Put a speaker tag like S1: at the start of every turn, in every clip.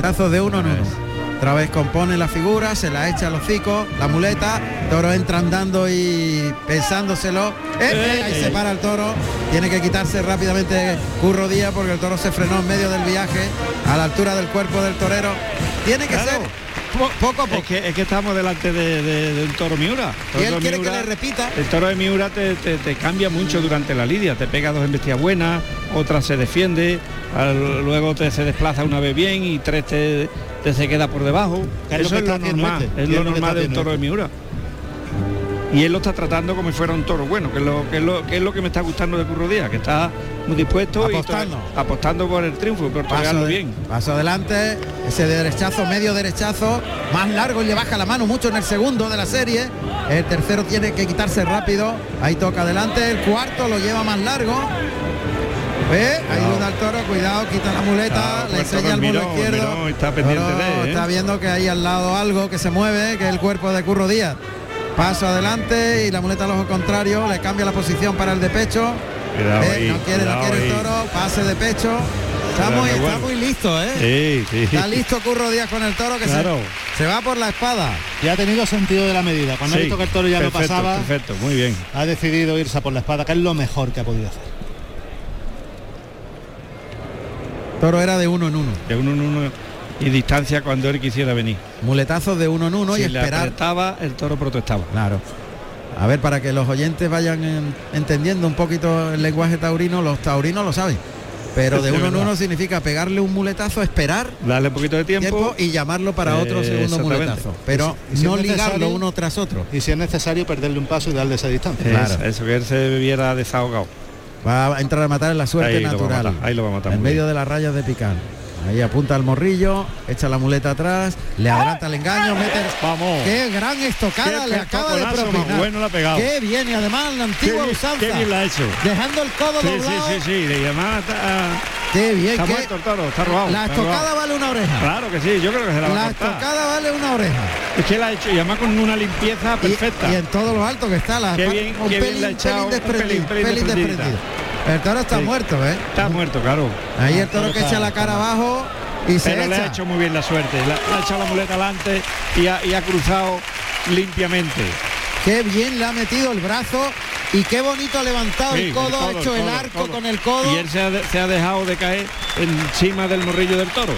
S1: Trazos de uno en uno. Otra vez compone la figura, se la echa a los hocico, la muleta, toro entra andando y pensándoselo. ¡Eh! Ahí se para el toro, tiene que quitarse rápidamente Curro Díaz porque el toro se frenó en medio del viaje, a la altura del cuerpo del torero. Tiene que
S2: Claro.
S1: ser po- poco a poco.
S2: Es que, es que estamos delante de, de- de un toro Miura.
S1: Y
S2: El
S1: él
S2: toro
S1: quiere que
S2: Miura-
S1: le repita.
S2: El toro de Miura te, te- te cambia mucho durante la lidia. Te pega dos embestidas buenas, otra se defiende, al- luego te se desplaza una vez bien y tres te, te se queda por debajo.
S3: Que es lo
S2: Eso
S3: que
S2: es lo
S3: está haciendo
S2: normal,
S3: este,
S2: es
S3: que es
S2: lo
S3: lo que está
S2: normal de un
S3: haciendo
S2: toro de
S3: este.
S2: Miura. Y él lo está tratando como si fuera un toro bueno, que es lo que es lo que, es lo que me está gustando de Curro Díaz, que está muy dispuesto y to-
S1: Apostando.
S2: apostando por el triunfo, por torearlo
S1: Paso, de-
S2: bien.
S1: paso adelante, ese derechazo, medio derechazo, más largo y le baja la mano mucho en el segundo de la serie. El tercero tiene que quitarse rápido, ahí toca adelante, el cuarto lo lleva más largo. ¿Ve? Ahí duda al toro, cuidado, quita la muleta,
S2: Ah,
S1: le
S2: el toro,
S1: enseña
S2: el
S1: el mulo
S2: mirón, el
S1: izquierdo.
S2: mirón está pendiente
S1: Toro
S2: de él, ¿eh?
S1: Oh, está viendo que hay al lado algo que se mueve, que es el cuerpo de Curro Díaz. Paso adelante y la muleta al ojo contrario, le cambia la posición para el de pecho.
S2: Cuidado
S1: Eh,
S2: ahí,
S1: no quiere, no
S2: cuidado
S1: quiere el
S2: ahí.
S1: toro, pase de pecho. Está
S2: Cuidado,
S1: muy, está
S2: bueno.
S1: muy listo, ¿eh?
S2: Sí, sí.
S1: Está listo Curro Díaz con el toro que se-
S2: Claro.
S1: se, va por la espada.
S3: Ya ha tenido sentido de la medida. Cuando ha
S2: Sí,
S3: visto que el toro ya lo
S2: perfecto,
S3: pasaba,
S2: Perfecto, muy bien.
S3: ha decidido irse a por la espada, que es lo mejor que ha podido hacer.
S1: Toro era de uno en uno.
S2: De uno en uno y distancia cuando él quisiera venir.
S1: Muletazos de uno en uno y
S2: si le
S1: esperar.
S2: apretaba, el toro protestaba.
S1: Claro. A ver, para que los oyentes vayan en- entendiendo un poquito el lenguaje taurino, los taurinos lo saben. Pero de
S2: De
S1: uno en
S2: verdad.
S1: uno significa pegarle un muletazo, esperar
S2: Darle un poquito de tiempo.
S1: tiempo y llamarlo para otro
S2: Eh,
S1: segundo
S2: exactamente.
S1: muletazo. Pero
S3: Y si- y si
S1: no
S3: es necesario-
S1: ligarlo uno tras otro.
S3: Y si es necesario, perderle un paso y darle esa distancia.
S2: Es-
S1: Claro.
S2: eh, Eso que él se viera desahogado.
S1: Va a entrar a matar en la suerte
S2: Ahí lo va a
S1: natural.
S2: matar, ahí lo va a matar,
S1: En
S2: muy
S1: medio de las rayas de picar. Ahí apunta al morrillo, echa la muleta atrás, le adelanta el engaño, mete.
S2: Vamos.
S1: ¡Qué gran estocada!
S2: Qué
S1: le acaba de
S2: pepinazo más
S1: propinar.
S2: bueno la ha pegado.
S1: ¡Qué bien! Y además la
S2: Qué
S1: antigua
S2: bien,
S1: usanza.
S2: qué bien la ha hecho.
S1: Dejando el codo
S2: Sí, sí,
S1: doblado.
S2: sí, sí. Y además está,
S1: ¡Qué bien!
S2: está
S1: qué-
S2: muerto el toro, está robado.
S1: la
S2: está robado.
S1: estocada vale una oreja.
S2: Claro que sí, yo creo que se la va
S1: La
S2: a cortar.
S1: estocada vale una oreja.
S2: Es que la ha hecho y además con una limpieza
S1: Y-
S2: perfecta.
S1: Y, en todo lo alto que está. La,
S2: Qué bien-
S1: un
S2: qué bien
S1: pelín,
S2: la ha echado,
S1: pelín
S2: un
S1: desprendido.
S2: pelín, pelín
S1: pelín
S2: desprendidita.
S1: desprendido. El toro está
S2: Sí.
S1: muerto, ¿eh?
S2: Está muerto, claro. Ah,
S1: Ahí el toro
S3: Pero
S1: que
S3: está-
S1: echa la cara abajo y se
S2: Pero le
S1: echa.
S2: ha hecho muy bien la suerte. Le ha- le ha echado la muleta adelante y ha, y ha cruzado limpiamente.
S1: Qué bien le ha metido el brazo y qué bonito ha levantado
S2: Sí,
S1: el codo, ha hecho el,
S2: codo,
S1: arco
S2: codo.
S1: con el codo.
S2: Y él se ha, de- se ha dejado de caer encima del morrillo del toro.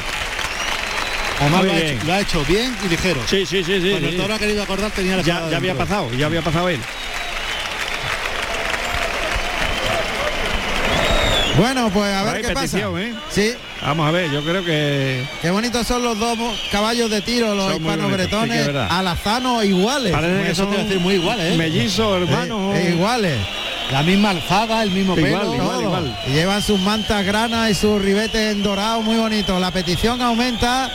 S3: Además,
S2: Muy
S3: lo ha,
S2: bien.
S3: hecho, lo ha hecho bien y ligero.
S2: Sí, sí, sí, sí.
S3: Cuando el toro ha querido acordar, tenía la
S2: Ya,
S3: espada
S2: ya había
S3: dentro.
S2: pasado, ya había pasado él.
S1: Bueno, pues a ver
S2: hay
S1: qué
S2: petición,
S1: pasa.
S2: ¿eh?
S1: Sí,
S2: Vamos a ver, yo creo que
S1: qué bonitos son los dos mo- caballos de tiro, los
S2: Eh, Son muy
S1: hispanos
S2: bonitos, sí que
S1: bretones,
S2: es verdad.
S1: alazanos iguales. Pues
S2: parece que
S3: eso te
S2: son
S3: iba a decir, muy iguales, ¿eh?
S2: mellizos,
S1: Eh,
S2: hermanos.
S1: eh, iguales,
S3: La misma alzada, el mismo pelo.
S2: Igual, igual,
S1: todos.
S2: igual.
S1: Y Llevan sus mantas granas y sus ribetes en dorado, muy bonito. La petición aumenta.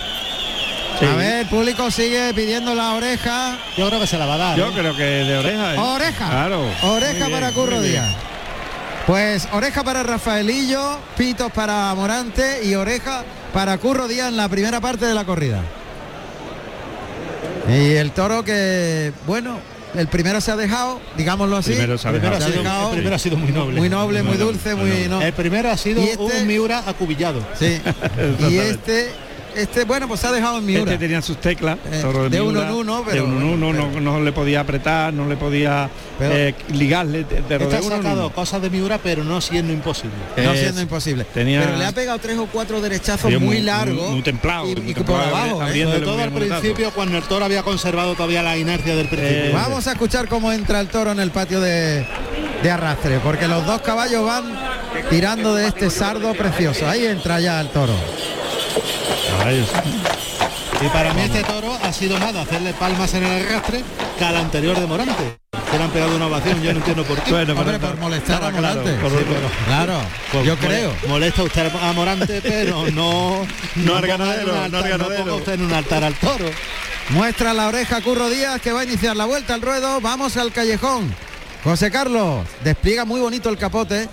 S2: Sí.
S1: A ver, el público sigue pidiendo la oreja.
S3: Yo creo que se la va a dar.
S2: Yo
S3: ¿eh?
S2: creo que de oreja. ¿eh?
S1: Oreja.
S2: Claro.
S1: Oreja
S2: Muy bien,
S1: para Curro
S2: muy bien.
S1: Díaz. Pues oreja para Rafaelillo, pitos para Morante y oreja para Curro Díaz en la primera parte de la corrida. Y el toro que, bueno, el primero se ha dejado, digámoslo así.
S2: Primero se ha
S3: Primero ha
S2: Se
S3: sido-
S1: dejado.
S3: el primero ha sido muy noble.
S1: Muy noble, muy dulce, muy no-
S3: El primero ha sido
S1: Y este-
S3: un Miura acubillado.
S1: Sí. y
S2: Exactamente.
S1: este, este, bueno, pues se ha dejado en Miura.
S2: Este tenía sus teclas,
S1: Eh, de
S2: toro Miura,
S1: uno en uno, pero
S2: de uno en
S1: bueno,
S2: uno, no- no, le podía apretar, no le podía
S1: Pero-
S2: eh, ligarle, de- pero de
S3: Este ha
S2: uno en
S3: sacado
S2: uno.
S3: cosas de Miura, pero no siendo imposible.
S1: No
S2: Es-
S1: siendo imposible.
S2: tenía-
S1: Pero le ha pegado tres o cuatro derechazos
S2: Tenía
S1: muy,
S2: muy-
S1: largos.
S2: muy templado,
S1: Y,
S2: muy
S1: y por
S2: templado,
S1: abajo. ¿eh?
S2: abriendo-
S3: Sobre
S2: Viéndole
S3: todo
S2: muy
S3: al
S2: bien,
S3: principio, cuando el toro había conservado todavía la inercia del principio.
S2: Eh,
S1: Vamos a escuchar cómo entra el toro en el patio de, de arrastre, porque los dos caballos van tirando de este sardo precioso. Ahí entra ya el toro.
S2: Ay,
S3: Y para mí este toro ha sido más de hacerle palmas en el arrastre que al anterior de Morante. Que le han pegado una ovación, yo no entiendo por qué.
S2: Bueno,
S1: Hombre,
S2: pero-
S1: por molestar a
S2: Claro, claro,
S1: Morante.
S2: por-
S1: Sí, pero- Claro,
S3: Pues
S1: yo
S3: mole-
S1: creo.
S3: Molesta usted a Morante, pero no...
S2: No al
S3: ponga en
S2: ganadero,
S3: un
S2: no al
S3: altar-
S2: ganadero.
S3: ponga usted en un altar al toro.
S1: Muestra la oreja Curro Díaz que va a iniciar la vuelta al ruedo. Vamos al callejón. José Carlos despliega muy bonito el capote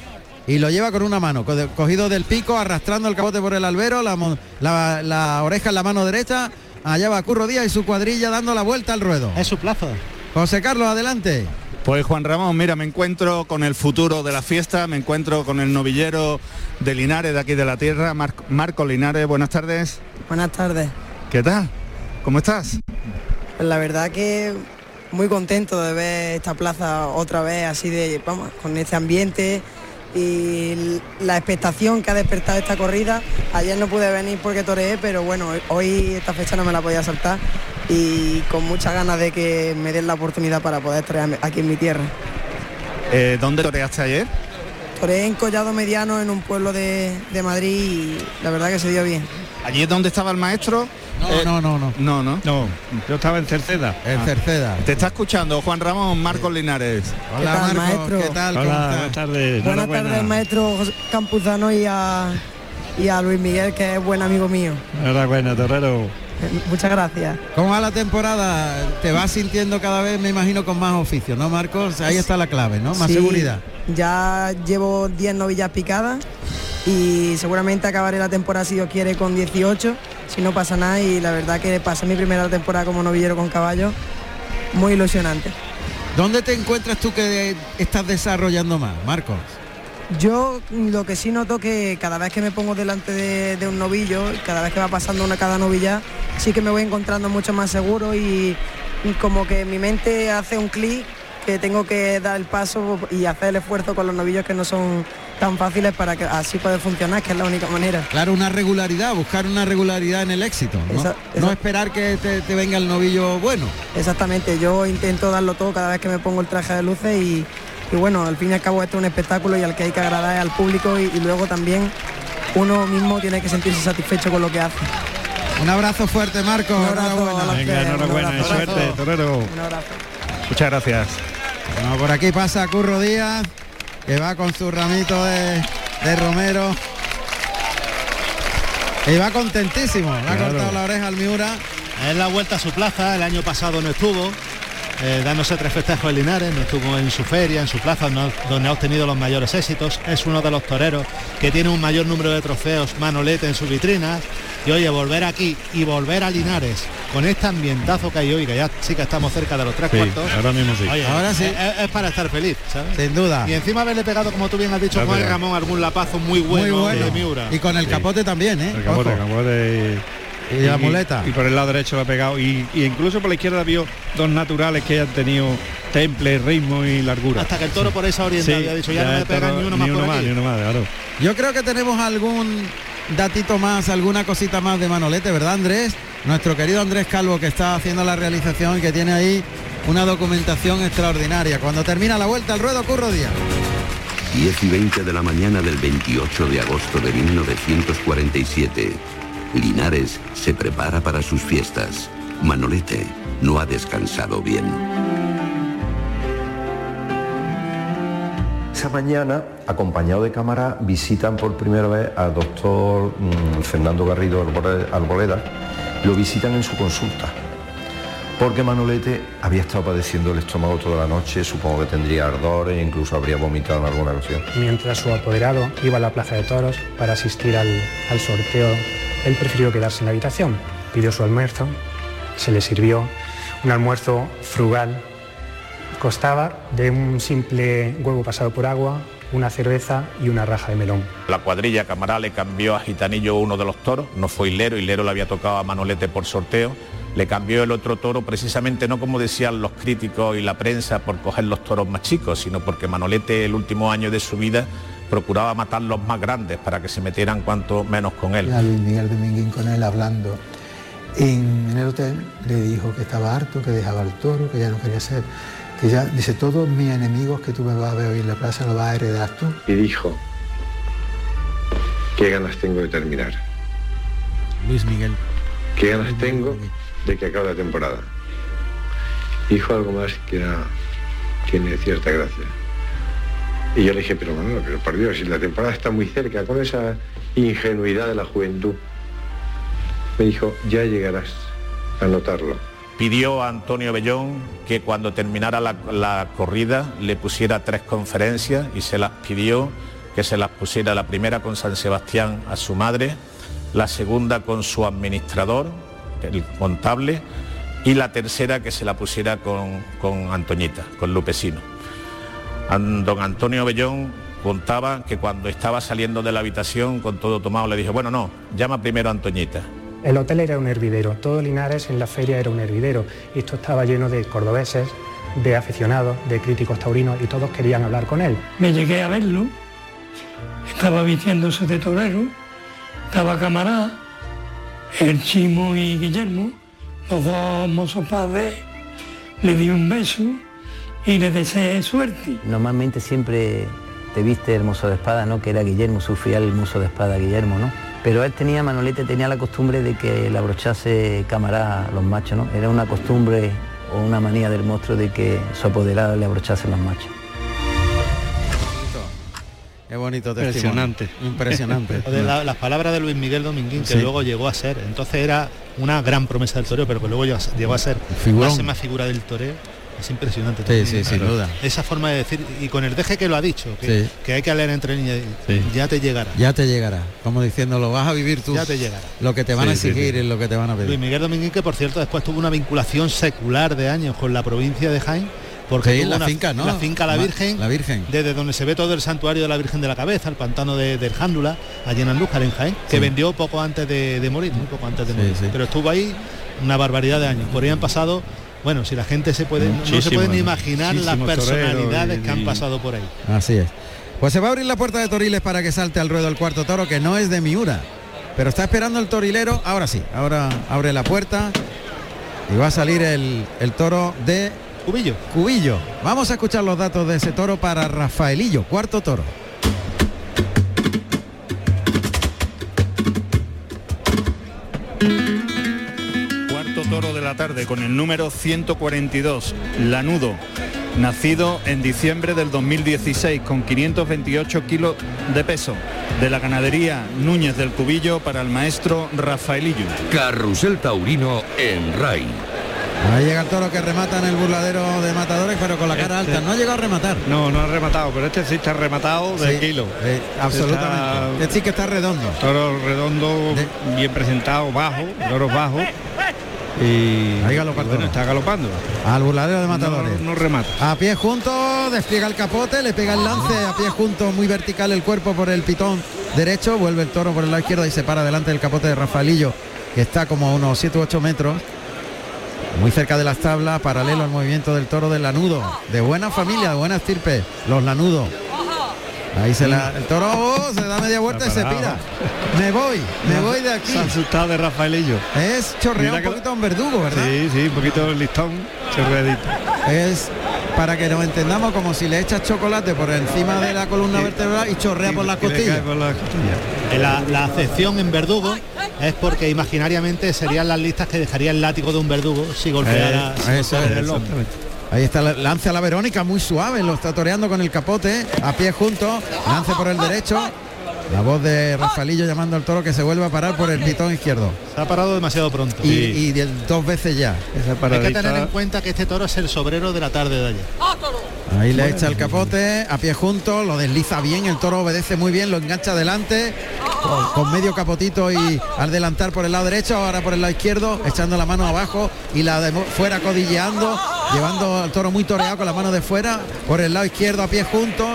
S1: y lo lleva con una mano, co- cogido del pico, arrastrando el capote por el albero, la, mo- la- la oreja en la mano derecha. Allá va Curro Díaz y su cuadrilla dando la vuelta al ruedo.
S3: Es su plaza.
S1: José Carlos, adelante.
S4: Pues Juan Ramón, mira, me encuentro con el futuro de la fiesta, me encuentro con el novillero de Linares, de aquí de la tierra, Mar- Marco Linares, buenas tardes.
S5: Buenas tardes.
S4: ¿Qué tal? ¿Cómo estás?
S5: Pues la verdad que muy contento de ver esta plaza otra vez así de, vamos, con este ambiente y l- la expectación que ha despertado esta corrida. Ayer no pude venir porque toreé, pero bueno, hoy esta fecha no me la podía saltar y con muchas ganas de que me den la oportunidad para poder torear aquí en mi tierra.
S4: Eh, ¿Dónde toreaste ayer?
S5: Toreé en Collado Mediano en un pueblo de, de Madrid y la verdad que se dio bien.
S4: ¿Allí es donde estaba el maestro?
S1: No,
S4: Eh,
S1: no, no, no.
S4: No, no.
S2: No, yo estaba en Cerceda.
S1: El
S2: Ah.
S1: Cerceda.
S4: Te está escuchando Juan Ramón, Marcos Linares.
S1: Hola
S5: ¿Qué tal,
S1: Marcos,
S5: maestro?
S1: ¿qué tal? ¿Cómo
S2: Hola,
S1: estás?
S2: buenas tardes.
S5: Buenas
S2: enhorabuena.
S5: tardes, maestro José Campuzano y a, y a Luis Miguel, que es buen amigo mío. Eh,
S2: Enhorabuena, torero.
S5: Muchas gracias.
S1: ¿Cómo va la temporada? Te vas sintiendo cada vez, me imagino, con más oficio, ¿no, Marcos? Ahí está la clave, ¿no? Más
S5: Sí,
S1: seguridad.
S5: Ya llevo 10 novillas picadas y seguramente acabaré la temporada, si Dios quiere, con 18, si no pasa nada. Y la verdad que pasé mi primera temporada como novillero con caballo, muy ilusionante.
S1: ¿Dónde te encuentras tú que estás desarrollando más, Marcos?
S5: Yo mm, lo que sí noto que cada vez que me pongo delante de, de un novillo, cada vez que va pasando una cada novilla, sí que me voy encontrando mucho más seguro y, y como que mi mente hace un clic que tengo que dar el paso y hacer el esfuerzo con los novillos que no son tan fáciles para que así poder funcionar, que es la única manera.
S1: Claro, una regularidad, buscar una regularidad en el éxito. No,
S5: Esa-
S1: No
S5: esa-
S1: esperar que te, te venga el novillo bueno.
S5: Exactamente, yo intento darlo todo cada vez que me pongo el traje de luces y, y bueno, al fin y al cabo esto es un espectáculo y al que hay que agradar es al público y- y luego también uno mismo tiene que sentirse satisfecho con lo que hace.
S1: Un abrazo fuerte, Marcos.
S5: Un abrazo,
S1: enhorabuena.
S5: hola.
S2: Venga,
S5: Un
S2: enhorabuena, y
S5: abrazo.
S2: suerte, torero.
S5: Un abrazo.
S4: Muchas gracias.
S1: Bueno, por aquí pasa Curro Díaz, que va con su ramito de, de Romero. Y va contentísimo. Le ha
S2: Claro.
S1: cortado la oreja al Miura.
S3: Es la vuelta a su plaza, el año pasado no estuvo, eh, dándose tres festejos en Linares, no estuvo en su feria, en su plaza, no- donde ha obtenido los mayores éxitos. Es uno de los toreros que tiene un mayor número de trofeos Manolete en sus vitrinas. Y oye, volver aquí y volver a Linares con este ambientazo que hay hoy, que ya sí que estamos cerca de los tres
S2: Sí,
S3: cuartos.
S2: ahora mismo sí.
S3: Oye,
S1: Ahora
S3: es-
S1: sí.
S3: es, es para estar feliz, ¿sabes?
S1: Sin duda.
S3: Y encima haberle pegado, como tú bien has dicho,
S2: Es
S3: Juan
S2: verdad.
S3: Ramón, algún lapazo muy
S1: Muy
S3: bueno,
S1: bueno.
S3: de Miura.
S1: Y con el
S2: Sí.
S1: capote también, ¿eh?
S2: El capote,
S1: Ojo.
S2: el capote
S1: Y la muleta.
S2: Y, por el lado derecho lo ha pegado. Y, y incluso por la izquierda vio dos naturales que han tenido temple, ritmo y largura.
S3: Hasta que el toro por esa
S2: Sí,
S3: oriental había dicho, ya, no me
S2: esto
S3: pegan ni uno más por aquí.
S2: ni uno más, claro.
S1: Yo creo que tenemos algún datito más, alguna cosita más de Manolete, ¿verdad Andrés? Nuestro querido Andrés Calvo que está haciendo la realización y que tiene ahí una documentación extraordinaria. Cuando termina la vuelta al ruedo, Curro Díaz.
S6: 10 y 20 de la mañana del 28 de agosto de 1947. Linares se prepara para sus fiestas. Manolete no ha descansado bien.
S7: Esa mañana, acompañado de cámara, visitan por primera vez al doctor mm, Fernando Garrido Arbore- Arboleda. Lo visitan en su consulta, porque Manolete había estado padeciendo el estómago toda la noche, supongo que tendría ardor e incluso habría vomitado en alguna ocasión.
S8: Mientras su apoderado iba a la plaza de toros para asistir al, al sorteo, él prefirió quedarse en la habitación. Pidió su almuerzo, se le sirvió un almuerzo frugal. Costaba de un simple huevo pasado por agua, una cerveza y una raja de melón.
S9: La cuadrilla Camará le cambió a Gitanillo uno de los toros, no fue Hilero, Hilero le había tocado a Manolete por sorteo, le cambió el otro toro precisamente no como decían los críticos y la prensa por coger los toros más chicos, sino porque Manolete el último año de su vida procuraba matar los más grandes para que se metieran cuanto menos con él.
S10: A Luis Miguel Dominguín con él hablando en, en el hotel, le dijo que estaba harto, que dejaba el toro, que ya no quería ser, que ya, dice, todos mis enemigos que tú me vas a ver hoy en la plaza los vas a heredar tú.
S7: Y dijo, ¿qué ganas tengo de terminar?
S1: Luis Miguel.
S7: ¿Qué ganas tengo de que acabe la temporada? Dijo algo más que era, tiene cierta gracia. Y yo le dije, pero Manolo, pero por Dios, si la temporada está muy cerca, con esa ingenuidad de la juventud. Me dijo, ya llegarás a notarlo.
S9: Pidió a Antonio Bellón que cuando terminara la, la corrida le pusiera tres conferencias y se las pidió que se las pusiera la primera con San Sebastián a su madre, la segunda con su administrador, el contable, y la tercera que se la pusiera con, con Antoñita, con Lupesino. An- Don Antonio Bellón contaba que cuando estaba saliendo de la habitación con todo tomado le dije, bueno, no, llama primero a Antoñita.
S8: El hotel era un hervidero, todo Linares en la feria era un hervidero y esto estaba lleno de cordobeses, de aficionados, de críticos taurinos y todos querían hablar con él.
S11: Me llegué a verlo, estaba vistiéndose de torero, estaba Camará, el Chimo y Guillermo, los dos mozos padres, le di un beso y le deseé suerte.
S12: Normalmente siempre te viste el mozo de espada, ¿no? Que era Guillermo, su fiel mozo de espada Guillermo, ¿no? Pero él tenía, Manolete tenía la costumbre de que le abrochase camará a los machos, ¿no? Era una costumbre o una manía del monstruo de que su apoderado le abrochase los machos.
S1: Qué bonito testimonio.
S2: Impresionante.
S1: Impresionante.
S3: O de la- las palabras de Luis Miguel Dominguín, que
S1: Sí.
S3: luego llegó a ser, entonces era una gran promesa del toreo, pero que luego llegó a ser- llegó a ser
S1: Figurón.
S3: la más figura del toreo. Es impresionante.
S1: Sí,
S3: también,
S1: sí, sin duda.
S3: Esa forma de decir, y con el deje que lo ha dicho, que,
S1: Sí.
S3: que hay que leer entre líneas,
S1: Sí.
S3: ya te llegará.
S1: Ya te llegará. Como diciendo, lo vas a vivir tú.
S3: Ya te llegará.
S1: Lo que te van a
S3: Sí, sí,
S1: exigir
S3: sí.
S1: es lo que te van a
S3: Luis
S1: pedir.
S3: Miguel Dominguín, que por cierto después tuvo una vinculación secular de años con la provincia de Jaén, porque
S1: Sí,
S3: tuvo
S1: la
S3: una-
S1: finca, ¿no?
S3: la finca La
S1: Ma-
S3: Virgen,
S1: La Virgen.
S3: desde donde se ve todo el santuario de la Virgen de la Cabeza, el pantano de, del Jándula, allí en Andújar, en Jaén, que
S1: Sí.
S3: vendió poco antes de, de morir, muy poco antes de
S1: Sí,
S3: morir.
S1: sí.
S3: Pero estuvo ahí una barbaridad de años. Por ahí han pasado, bueno, si la gente se puede, no- no se
S2: Muchísimo,
S3: pueden imaginar las
S2: muchísimo torero
S3: personalidades
S2: y-
S3: que han
S2: y-
S3: pasado por ahí.
S1: Así es. Pues se va a abrir la puerta de Toriles para que salte al ruedo el cuarto toro, que no es de Miura. Pero está esperando el torilero. Ahora sí, ahora abre la puerta y va a salir el, el toro de
S3: Cubillo.
S1: Cubillo. Vamos a escuchar los datos de ese toro para Rafaelillo, cuarto toro.
S4: Cuarto toro de la tarde con el número 142, Lanudo, nacido en diciembre del 2016 con 528 kilos de peso, de la ganadería Núñez del Cubillo para el maestro Rafaelillo.
S13: Carrusel Taurino en RAI.
S1: Ahí llega el toro que remata en el burladero de matadores, pero con la cara
S2: Este-
S1: alta. No ha llegado a rematar.
S2: No, no ha rematado, pero este sí está rematado de
S1: Sí,
S2: kilo.
S1: eh, absolutamente.
S2: Está-
S1: Este sí que está redondo.
S2: Toro redondo, bien presentado, bajo, toros bajos. Y
S1: Ahí galopa el toro.
S2: bueno, está galopando.
S1: Al burladero de matadores.
S2: No, no remata.
S1: A pie junto, despliega el capote, le pega el lance, a pie junto, muy vertical el cuerpo por el pitón derecho, vuelve el toro por el lado izquierdo y se para delante del capote de Rafaelillo, que está como a unos 7 u 8 metros, muy cerca de las tablas, paralelo al movimiento del toro del lanudo, de buena familia, de buena estirpe, los lanudos. Ahí se la. El toro oh, se da media vuelta y se pira. Me voy, me voy de aquí.
S2: Se ha asustado de Rafaelillo.
S1: Es chorrear
S2: Mira
S1: un
S2: que-
S1: poquito a un verdugo, ¿verdad?
S2: Sí, sí, un poquito el listón, chorreadito.
S1: Es para que nos entendamos como si le echas chocolate por encima de la columna vertebral y chorrea por las
S2: Y le cae
S1: costillas.
S2: por las costillas.
S3: La, la acepción en verdugo es porque imaginariamente serían las listas que dejaría el látigo de un verdugo si
S2: Eh,
S3: golpeara. si
S1: Eh, eso
S3: golpeara
S1: es,
S3: el lomo.
S1: Ahí está, la- lanza la Verónica, muy suave, lo está toreando con el capote, a pie juntos, lance por el derecho. La voz de Rafaelillo llamando al toro que se vuelve a parar por el pitón izquierdo.
S3: Se ha parado demasiado pronto.
S1: Y, y de- dos veces ya.
S2: Esa
S3: Hay que
S2: paradita.
S3: tener en cuenta que este toro es el sobrero de la tarde de ayer.
S1: Ahí le echa el capote, a pie junto, lo desliza bien, el toro obedece muy bien, lo engancha adelante, con, con medio capotito y al delantar por el lado derecho, ahora por el lado izquierdo, echando la mano abajo y la de mo- fuera codilleando, llevando al toro muy toreado con la mano de fuera, por el lado izquierdo a pie juntos.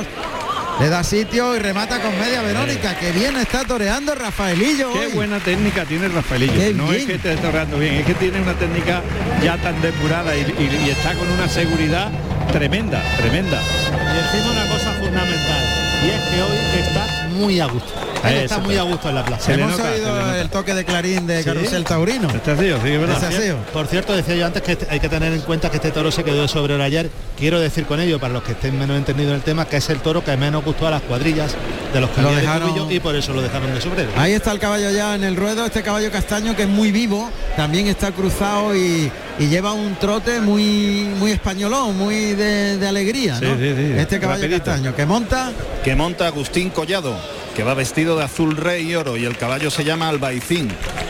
S1: Le da sitio y remata con media Verónica, que bien está toreando Rafaelillo.
S2: Qué
S1: hoy.
S2: buena técnica tiene Rafaelillo.
S1: Qué
S2: no
S1: bien.
S2: es que esté torreando bien, es que tiene una técnica ya tan depurada y, y- y está con una seguridad tremenda, tremenda.
S3: Y encima una cosa fundamental, y es que hoy está muy a gusto. Él
S2: Eso,
S3: está muy
S2: pero-
S3: a gusto en la plaza.
S2: Se le
S1: Hemos
S2: nota, se le
S1: oído
S2: nota.
S1: el toque de clarín de Carrusel Taurino.
S2: Este ha sido, sí, es
S1: Ese ha
S2: verdad.
S1: sido.
S3: Por cierto, decía yo antes que este- hay que tener en cuenta que este toro se quedó de sobrero ayer. Quiero decir con ello, para los que estén menos entendidos en el tema, que es el toro que menos gustó a las cuadrillas de los que
S1: Lo
S3: había de
S1: dejaron-
S3: Cubillo y por eso lo dejaron de sobrero.
S1: Ahí está el caballo ya en el ruedo, este caballo castaño que es muy vivo, también está cruzado y, y lleva un trote muy muy españolón, muy de, de alegría. ¿no?
S2: Sí, sí, sí.
S1: Este caballo
S2: Rapidito.
S1: castaño que monta,
S4: que monta Agustín Collado, que va vestido de azul rey y oro y el caballo se llama Albaicín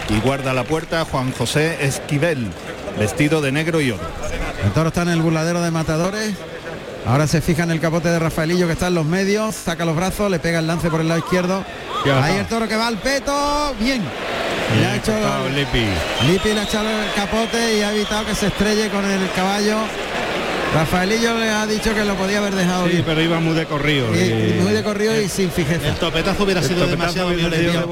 S4: y guarda la puerta Juan José Esquivel, vestido de negro y oro.
S1: el toro está en el burladero de matadores. Ahora se fija en el capote de Rafaelillo que está en los medios, saca los brazos, le pega el lance por el lado izquierdo.
S2: Ya está.
S1: Ahí el toro que va al peto, bien. Le ha hecho
S2: cortado Lippi.
S1: Lippi le ha echado el capote y ha evitado que se estrelle con el caballo. Rafaelillo le ha dicho que lo podía haber dejado
S2: Sí,
S1: ir.
S2: pero iba muy de corrido.
S1: Y- muy de corrido y sin fijeza.
S3: El topetazo hubiera sido demasiado violento.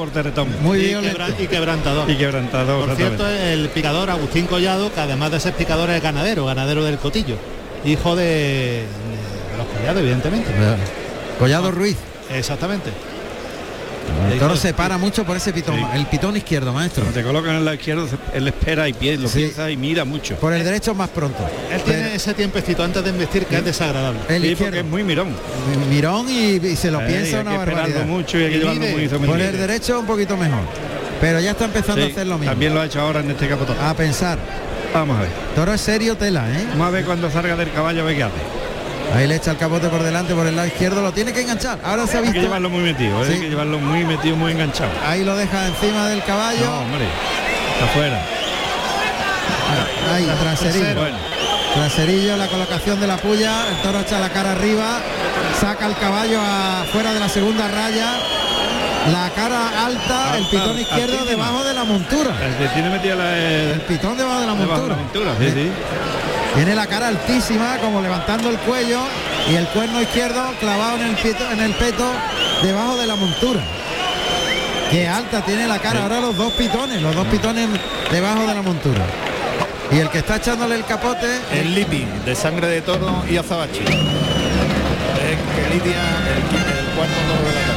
S1: Muy
S3: y
S1: violento.
S3: quebra- y quebrantador.
S2: Y quebrantador,
S3: Por cierto,
S2: exactamente.
S3: el picador Agustín Collado, que además de ser picador es ganadero, ganadero del Cotillo. Hijo de, de los Collado, evidentemente. Ah,
S1: Collado Ruiz.
S3: Exactamente.
S1: El toro se para mucho por ese pitón, el pitón izquierdo, maestro.
S2: Te colocan en la izquierda, se- él espera y pie, lo piensa y mira mucho.
S1: Por el derecho más pronto.
S3: Él tiene ese tiempecito antes de investir que es desagradable.
S1: El
S2: Sí,
S1: izquierdo.
S2: porque es muy mirón.
S1: Eh, Mirón y, y se lo
S2: Eh,
S1: piensa
S2: hay
S1: una
S2: que esperarlo
S1: barbaridad.
S2: mucho y hay que llevarlo muy hizo muy
S1: Por el
S2: bien.
S1: derecho un poquito mejor. Pero ya está empezando a
S2: Sí,
S1: hacer lo mismo.
S2: También lo ha hecho ahora en este capotón.
S1: A pensar.
S2: Vamos a ver.
S1: Toro es serio tela, ¿eh?
S2: Vamos a ver cuando salga del caballo a ver qué hace.
S1: Ahí le echa el capote por delante, por el lado izquierdo, lo tiene que enganchar. Ahora se ha
S2: Hay que
S1: visto.
S2: llevarlo muy metido, ¿eh?
S1: Sí.
S2: hay que llevarlo muy metido, muy enganchado.
S1: Ahí lo deja encima del caballo.
S2: No, hombre, está fuera.
S1: Ahí, traserillo.
S2: Bueno,
S1: Traserillo, la colocación de la puya. El toro echa la cara arriba. Saca el caballo afuera de la segunda raya. La cara alta, el
S2: Alta,
S1: pitón izquierdo
S2: altísima.
S1: debajo de la montura.
S2: el que tiene metida la, eh,
S1: El pitón debajo de la
S2: debajo de
S1: montura.
S2: la montura, sí, sí.
S1: Tiene la cara altísima, como levantando el cuello y el cuerno izquierdo clavado en el, pito- en el peto debajo de la montura. Qué alta tiene la cara. Ahora los dos pitones, los dos pitones debajo de la montura. Y el que está echándole el capote,
S4: El Lipi, de sangre de toro y azabache. Es que lidia el, qui- el cuarto toro de la tarde.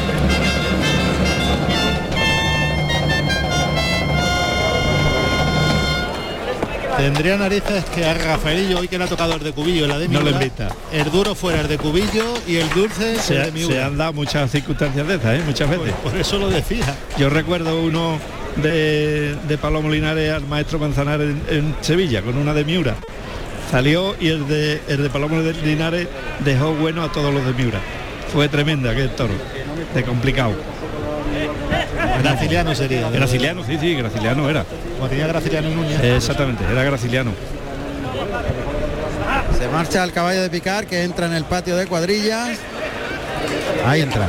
S3: Tendría narices que a Rafaelillo, hoy que le ha tocado el de cubillo, la de mi
S2: No lo
S3: boda,
S2: invita.
S3: El duro fuera el de cubillo y el dulce
S2: Se,
S3: el
S2: ha-
S3: de mi
S2: se
S3: boda.
S2: han dado muchas circunstancias de estas, ¿eh? muchas veces.
S3: Por eso lo decía.
S2: Yo recuerdo uno de, de Palomo Linares al maestro Manzanar en, en Sevilla, con una de Miura. Salió y el de, el de Palomo de Linares dejó bueno a todos los de Miura. Fue tremenda aquel toro, de complicado.
S3: Graciliano sería. de-
S2: Graciliano, sí, sí, Graciliano era.
S3: Como tenía Graciliano Núñez.
S2: Exactamente, era Graciliano.
S1: se marcha el caballo de picar que entra en el patio de cuadrillas. Ahí entra.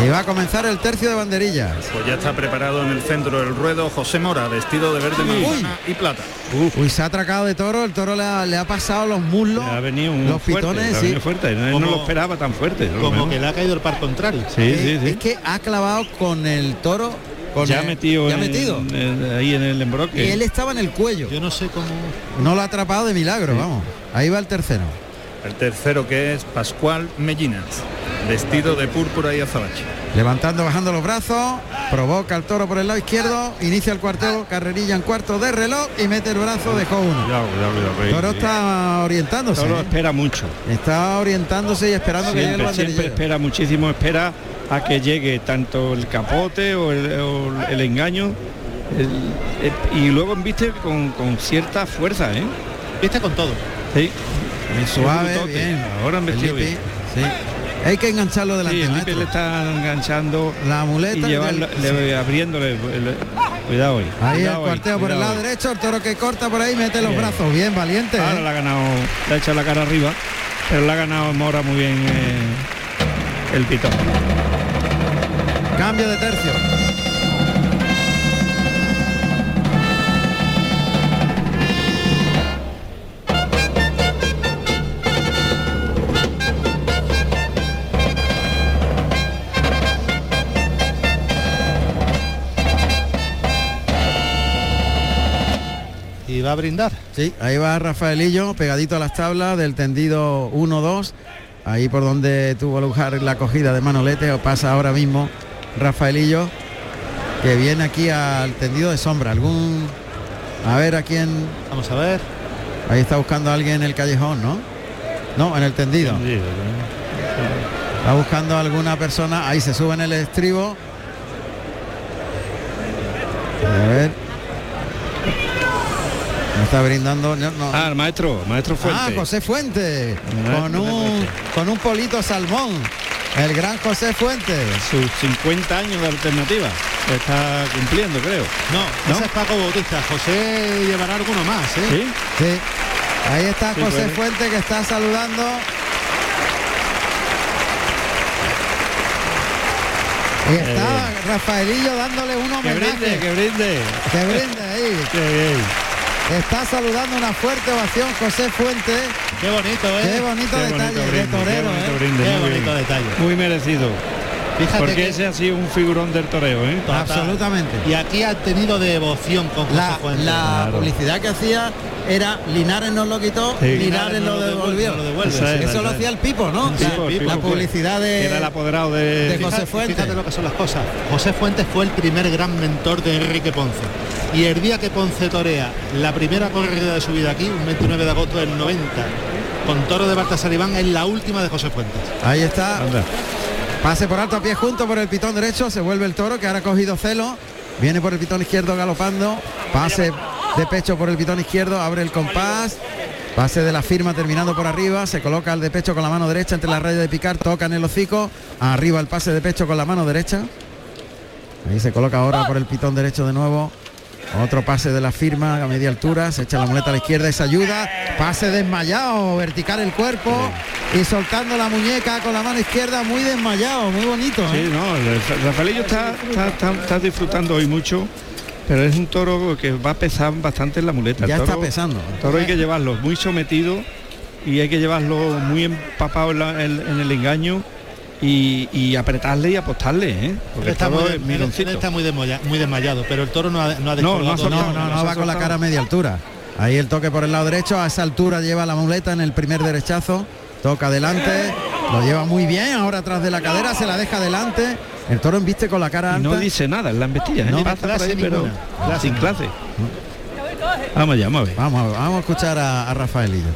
S1: Y va a comenzar el tercio de banderillas.
S4: Pues ya está preparado en el centro del ruedo José Mora, vestido de verde manzana y plata.
S1: Uy, se ha atracado de toro, el toro le ha, le ha pasado los muslos,
S2: Ha venido un
S1: los
S2: fuerte,
S1: pitones,
S2: le ha
S1: sí.
S2: venido fuerte. No, no
S3: Como-
S2: lo esperaba tan fuerte. a lo
S3: Como
S2: mejor.
S3: que le ha caído el par contrario.
S2: Sí,
S1: Eh,
S2: sí, sí.
S1: Es que ha clavado con el toro. Con
S2: ya
S1: el-
S2: metido,
S1: ya
S2: en-
S1: metido.
S2: en- ahí en el
S1: Y
S2: embroque.
S1: él estaba en el cuello.
S3: Yo no sé cómo.
S1: No lo ha atrapado de milagro, vamos. Ahí va el tercero.
S4: El tercero que es Pascual Mellina, vestido de púrpura y azabache.
S1: Levantando, bajando los brazos, provoca al toro por el lado izquierdo, inicia el cuarteo, carrerilla en cuarto de reloj y mete el brazo, dejó uno.
S2: Cuidado, cuidado, cuidado, que-
S1: El toro está
S2: el
S1: orientándose.
S2: Pues toro
S1: ¿eh?
S2: espera mucho.
S1: Está orientándose y esperando que llegue el
S2: Siempre, siempre
S1: banderillero.
S2: espera muchísimo, espera a que llegue tanto el capote o el, o el engaño. el- el- y luego viste con, con cierta fuerza, ¿eh?
S3: Viste con todo.
S2: Sí.
S1: El suave,
S2: brutote.
S1: bien.
S2: Ahora han
S1: El
S2: vestido
S1: lipi,
S2: bien.
S1: sí. Hay que engancharlo
S2: Sí,
S1: delante.
S2: el Lipe
S1: maestro.
S2: le está enganchando
S1: La
S2: y
S1: muleta y
S2: llevarlo,
S1: el-
S2: le-
S1: sí.
S2: abriéndole. el- el- cuidado ahí.
S1: Ahí el
S2: cuidado
S1: cuarteo por el
S2: cuidado
S1: lado
S2: ahí.
S1: derecho, el toro que corta por ahí, mete los
S2: Bien.
S1: brazos, bien valiente. ¿eh?
S2: Ahora la ha ganado, le ha echado la cara arriba, pero la ha ganado Mora muy bien eh, el pitón.
S1: Cambio de tercio.
S3: Y va a brindar.
S1: Sí, ahí va Rafaelillo pegadito a las tablas del tendido 1-2. Ahí por donde tuvo lugar la cogida de Manolete o pasa ahora mismo Rafaelillo que viene aquí al tendido de sombra. Algún a ver a quién
S3: Vamos a ver.
S1: ahí está buscando a alguien en el callejón, ¿no? No, en el tendido.
S4: ¿eh?
S1: Está buscando a alguna persona. Ahí se sube en el estribo. A ver. No está brindando. No, no.
S2: Ah, el maestro, maestro fuerte.
S1: Ah, José Fuente.
S2: Ah,
S1: Con
S2: José
S1: un,
S2: Fuente.
S1: con un polito salmón. El gran José Fuente.
S2: Sus 50 años de alternativa. Se está cumpliendo, creo.
S3: No,
S2: ¿No?
S3: ese es Paco Bautista. José llevará alguno más, ¿eh?
S2: ¿Sí?
S1: Sí. Ahí está
S2: Sí,
S1: José
S2: bueno.
S1: Fuente que está saludando. Y está Rafaelillo dándole un
S2: Que
S1: homenaje.
S2: brinde, que brinde.
S1: Que brinde ahí. Está saludando una fuerte ovación José Fuentes.
S3: Qué bonito, ¿eh?
S1: Qué bonito
S2: Qué
S1: detalle
S2: bonito
S1: de
S2: brinde,
S1: torero,
S2: qué bonito
S1: ¿eh?
S2: brinde,
S3: Qué
S2: muy
S3: bonito
S2: bien.
S3: detalle.
S2: Muy merecido.
S3: Fíjate
S2: Porque
S3: que-
S2: ese ha sido un figurón del toreo, ¿eh?
S3: Total. Y aquí ha tenido devoción con José
S1: La,
S3: Fuentes.
S1: la
S2: Claro.
S1: publicidad que hacía era Linares nos lo quitó,
S2: Sí.
S1: Linares
S3: Linares
S1: nos
S3: no
S1: lo
S3: lo
S1: devolvió.
S3: devuelve, no lo devuelve,
S1: Eso,
S2: sí,
S1: eso
S2: sí,
S1: lo
S2: sí.
S1: hacía el Pipo, ¿no?
S2: Sí,
S1: La-
S2: pues,
S1: la,
S2: Pipo, que-
S1: publicidad de...
S2: que Era el apoderado de...
S1: de José
S3: Fíjate-
S1: Fuentes.
S3: Fíjate lo que son las cosas. José Fuentes fue el primer gran mentor de Enrique Ponce. Y el día que Ponce torea la primera corrida de su vida aquí, un 29 de agosto del 90, con toro de Baltasar Iván, es la última de José Fuentes.
S1: Ahí está.
S2: Anda.
S1: Pase por alto a pie junto por el pitón derecho, se vuelve el toro que ahora ha cogido celo, viene por el pitón izquierdo galopando, pase de pecho por el pitón izquierdo, abre el compás, pase de la firma terminando por arriba, se coloca el de pecho con la mano derecha entre la raya de picar, toca en el hocico, arriba el pase de pecho con la mano derecha, ahí se coloca ahora por el pitón derecho de nuevo. Otro pase de la firma a media altura, se echa la muleta a la izquierda, esa ayuda, pase desmayado, vertical el cuerpo y soltando la muñeca con la mano izquierda, muy desmayado, muy bonito. ¿eh?
S2: Sí, no, el Rafaelillo está, está, está- está disfrutando hoy mucho, pero es un toro que va a pesar bastante en la muleta. El
S1: Ya está
S2: toro-
S1: pesando.
S2: el toro hay que llevarlo muy sometido y hay que llevarlo muy empapado en, la- en- en el engaño y, y apretarle y apostarle, ¿eh, porque
S3: Él
S2: el
S3: está,
S2: toro
S3: muy,
S2: es
S3: él-
S2: mironcito.
S3: él está muy, desmoya- muy desmayado, pero el toro no ha, no ha
S2: No, no ha
S3: descolgado
S2: soltado
S1: No,
S3: todavía.
S1: no, no,
S2: se
S1: va
S2: ha
S1: con la
S2: soltado.
S1: cara a media altura. Ahí el toque por el lado derecho, a esa altura lleva la muleta en el primer derechazo, toca adelante, lo lleva muy bien, ahora atrás de la cadera, se la deja adelante. El toro embiste con la cara
S2: Y
S1: alta.
S2: no dice nada en la embestilla, ¿eh?
S1: No,
S2: pasa por
S3: clase
S2: ahí, pero
S3: ninguna.
S2: sin clase. Vamos allá, vamos a ver.
S1: Vamos, a ver, vamos a escuchar a, a Rafaelillo.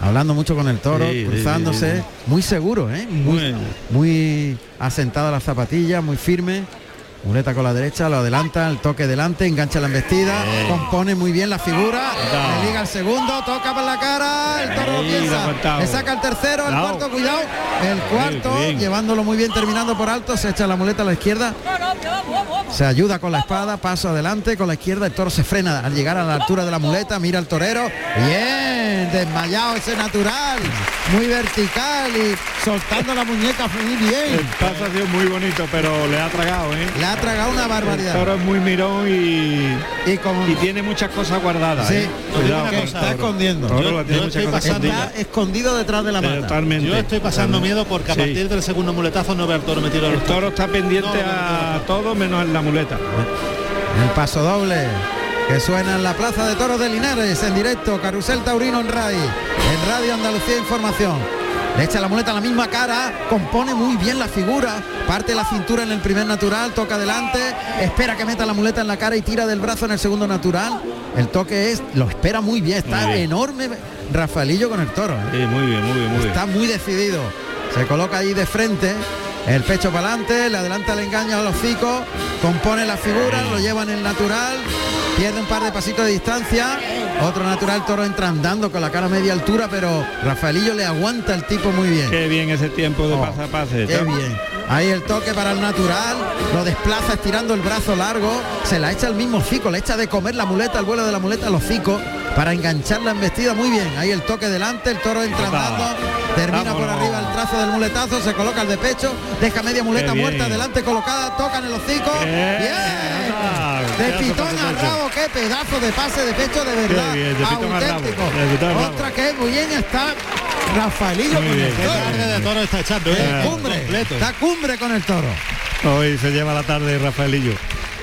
S1: Hablando mucho con el toro,
S2: Sí, sí,
S1: cruzándose,
S2: sí, sí.
S1: muy seguro, ¿eh? muy,
S2: Muy-
S1: muy asentada la zapatilla, muy firme. Muleta con la derecha, lo adelanta, el toque delante, engancha la embestida, compone muy bien la figura, le liga el segundo, toca por la cara, el toro lo
S2: Ahí, lo ha
S1: piensa,
S2: aguantado.
S1: le saca el tercero, el
S2: Lao.
S1: cuarto, cuidado, el cuarto,
S2: bien.
S1: llevándolo muy bien, terminando por alto, se echa la muleta a la izquierda, se ayuda con la espada, paso adelante con la izquierda, el toro se frena al llegar a la altura de la muleta, mira al torero. Bien, desmayado ese natural, muy vertical y soltando la muñeca muy
S2: El
S1: bien.
S2: paso ha sido muy bonito, pero le ha tragado, ¿eh?
S1: Le ha tragado una
S2: El
S1: barbaridad.
S2: toro es muy mirón y,
S1: Y como
S2: y tiene muchas cosas guardadas.
S1: Sí.
S2: ¿eh?
S1: Os
S2: Cuidado,
S1: digo una cosa,
S2: con
S1: está
S2: el toro.
S1: escondiendo.
S2: El toro
S3: Yo-
S2: la tiene
S3: yo
S2: muchas
S3: estoy
S2: cosas
S3: pasando-
S1: está
S2: escondidas.
S1: escondido detrás de la mata.
S2: Totalmente.
S3: Yo estoy pasando miedo porque a
S2: Sí.
S3: partir del segundo muletazo no veo al toro metido en
S2: El
S3: los
S2: toro está pendiente
S3: No, no, no,
S2: a todo menos en la muleta.
S1: El paso doble que suena en la Plaza de Toros de Linares en directo, Carrusel Taurino en RAI, en Radio Andalucía Información. Le echa la muleta a la misma cara, compone muy bien la figura, parte la cintura en el primer natural, toca adelante, espera que meta la muleta en la cara y tira del brazo en el segundo natural. El toque es, lo espera muy bien, está
S2: Muy bien.
S1: enorme Rafaelillo con el toro. ¿eh?
S2: Sí, muy bien, muy bien, muy bien.
S1: Está muy decidido. Se coloca ahí de frente. El pecho para adelante, le adelanta el engaño a los hocico, compone la figura, lo lleva en el natural, pierde un par de pasitos de distancia, otro natural toro entra andando con la cara a media altura, pero Rafaelillo le aguanta el tipo muy bien.
S2: Qué bien ese tiempo de
S1: Oh,
S2: pase a pase.
S1: Qué
S2: Está-
S1: bien. Ahí el toque para el natural, lo desplaza estirando el brazo largo, se la echa el mismo hocico, le echa de comer la muleta, el vuelo de la muleta al hocico, para enganchar la embestida muy bien. Ahí el toque delante, el toro entra
S2: Opa.
S1: andando, termina por
S2: Vámonos.
S1: arriba el trazo del muletazo, se coloca el de pecho, deja media muleta
S2: Qué bien.
S1: muerta, delante colocada, toca en el hocico.
S2: Bien.
S1: Eh,
S2: Ah,
S1: Bien. De
S2: pedazo
S1: pitón
S2: pase
S1: al
S2: pecho.
S1: rabo, qué pedazo de pase de pecho de verdad.
S2: bien, de pitón al rabo,
S1: auténtico.
S2: de pitón al rabo.
S1: Otra que muy bien está Rafaelillo con
S2: Muy
S1: el
S2: bien,
S1: toro.
S2: qué
S3: tarde de toro está echando, ¿eh?
S1: Eh,
S3: Cumbre.
S1: cumbre, está cumbre con el toro.
S2: Hoy se lleva la tarde Rafaelillo.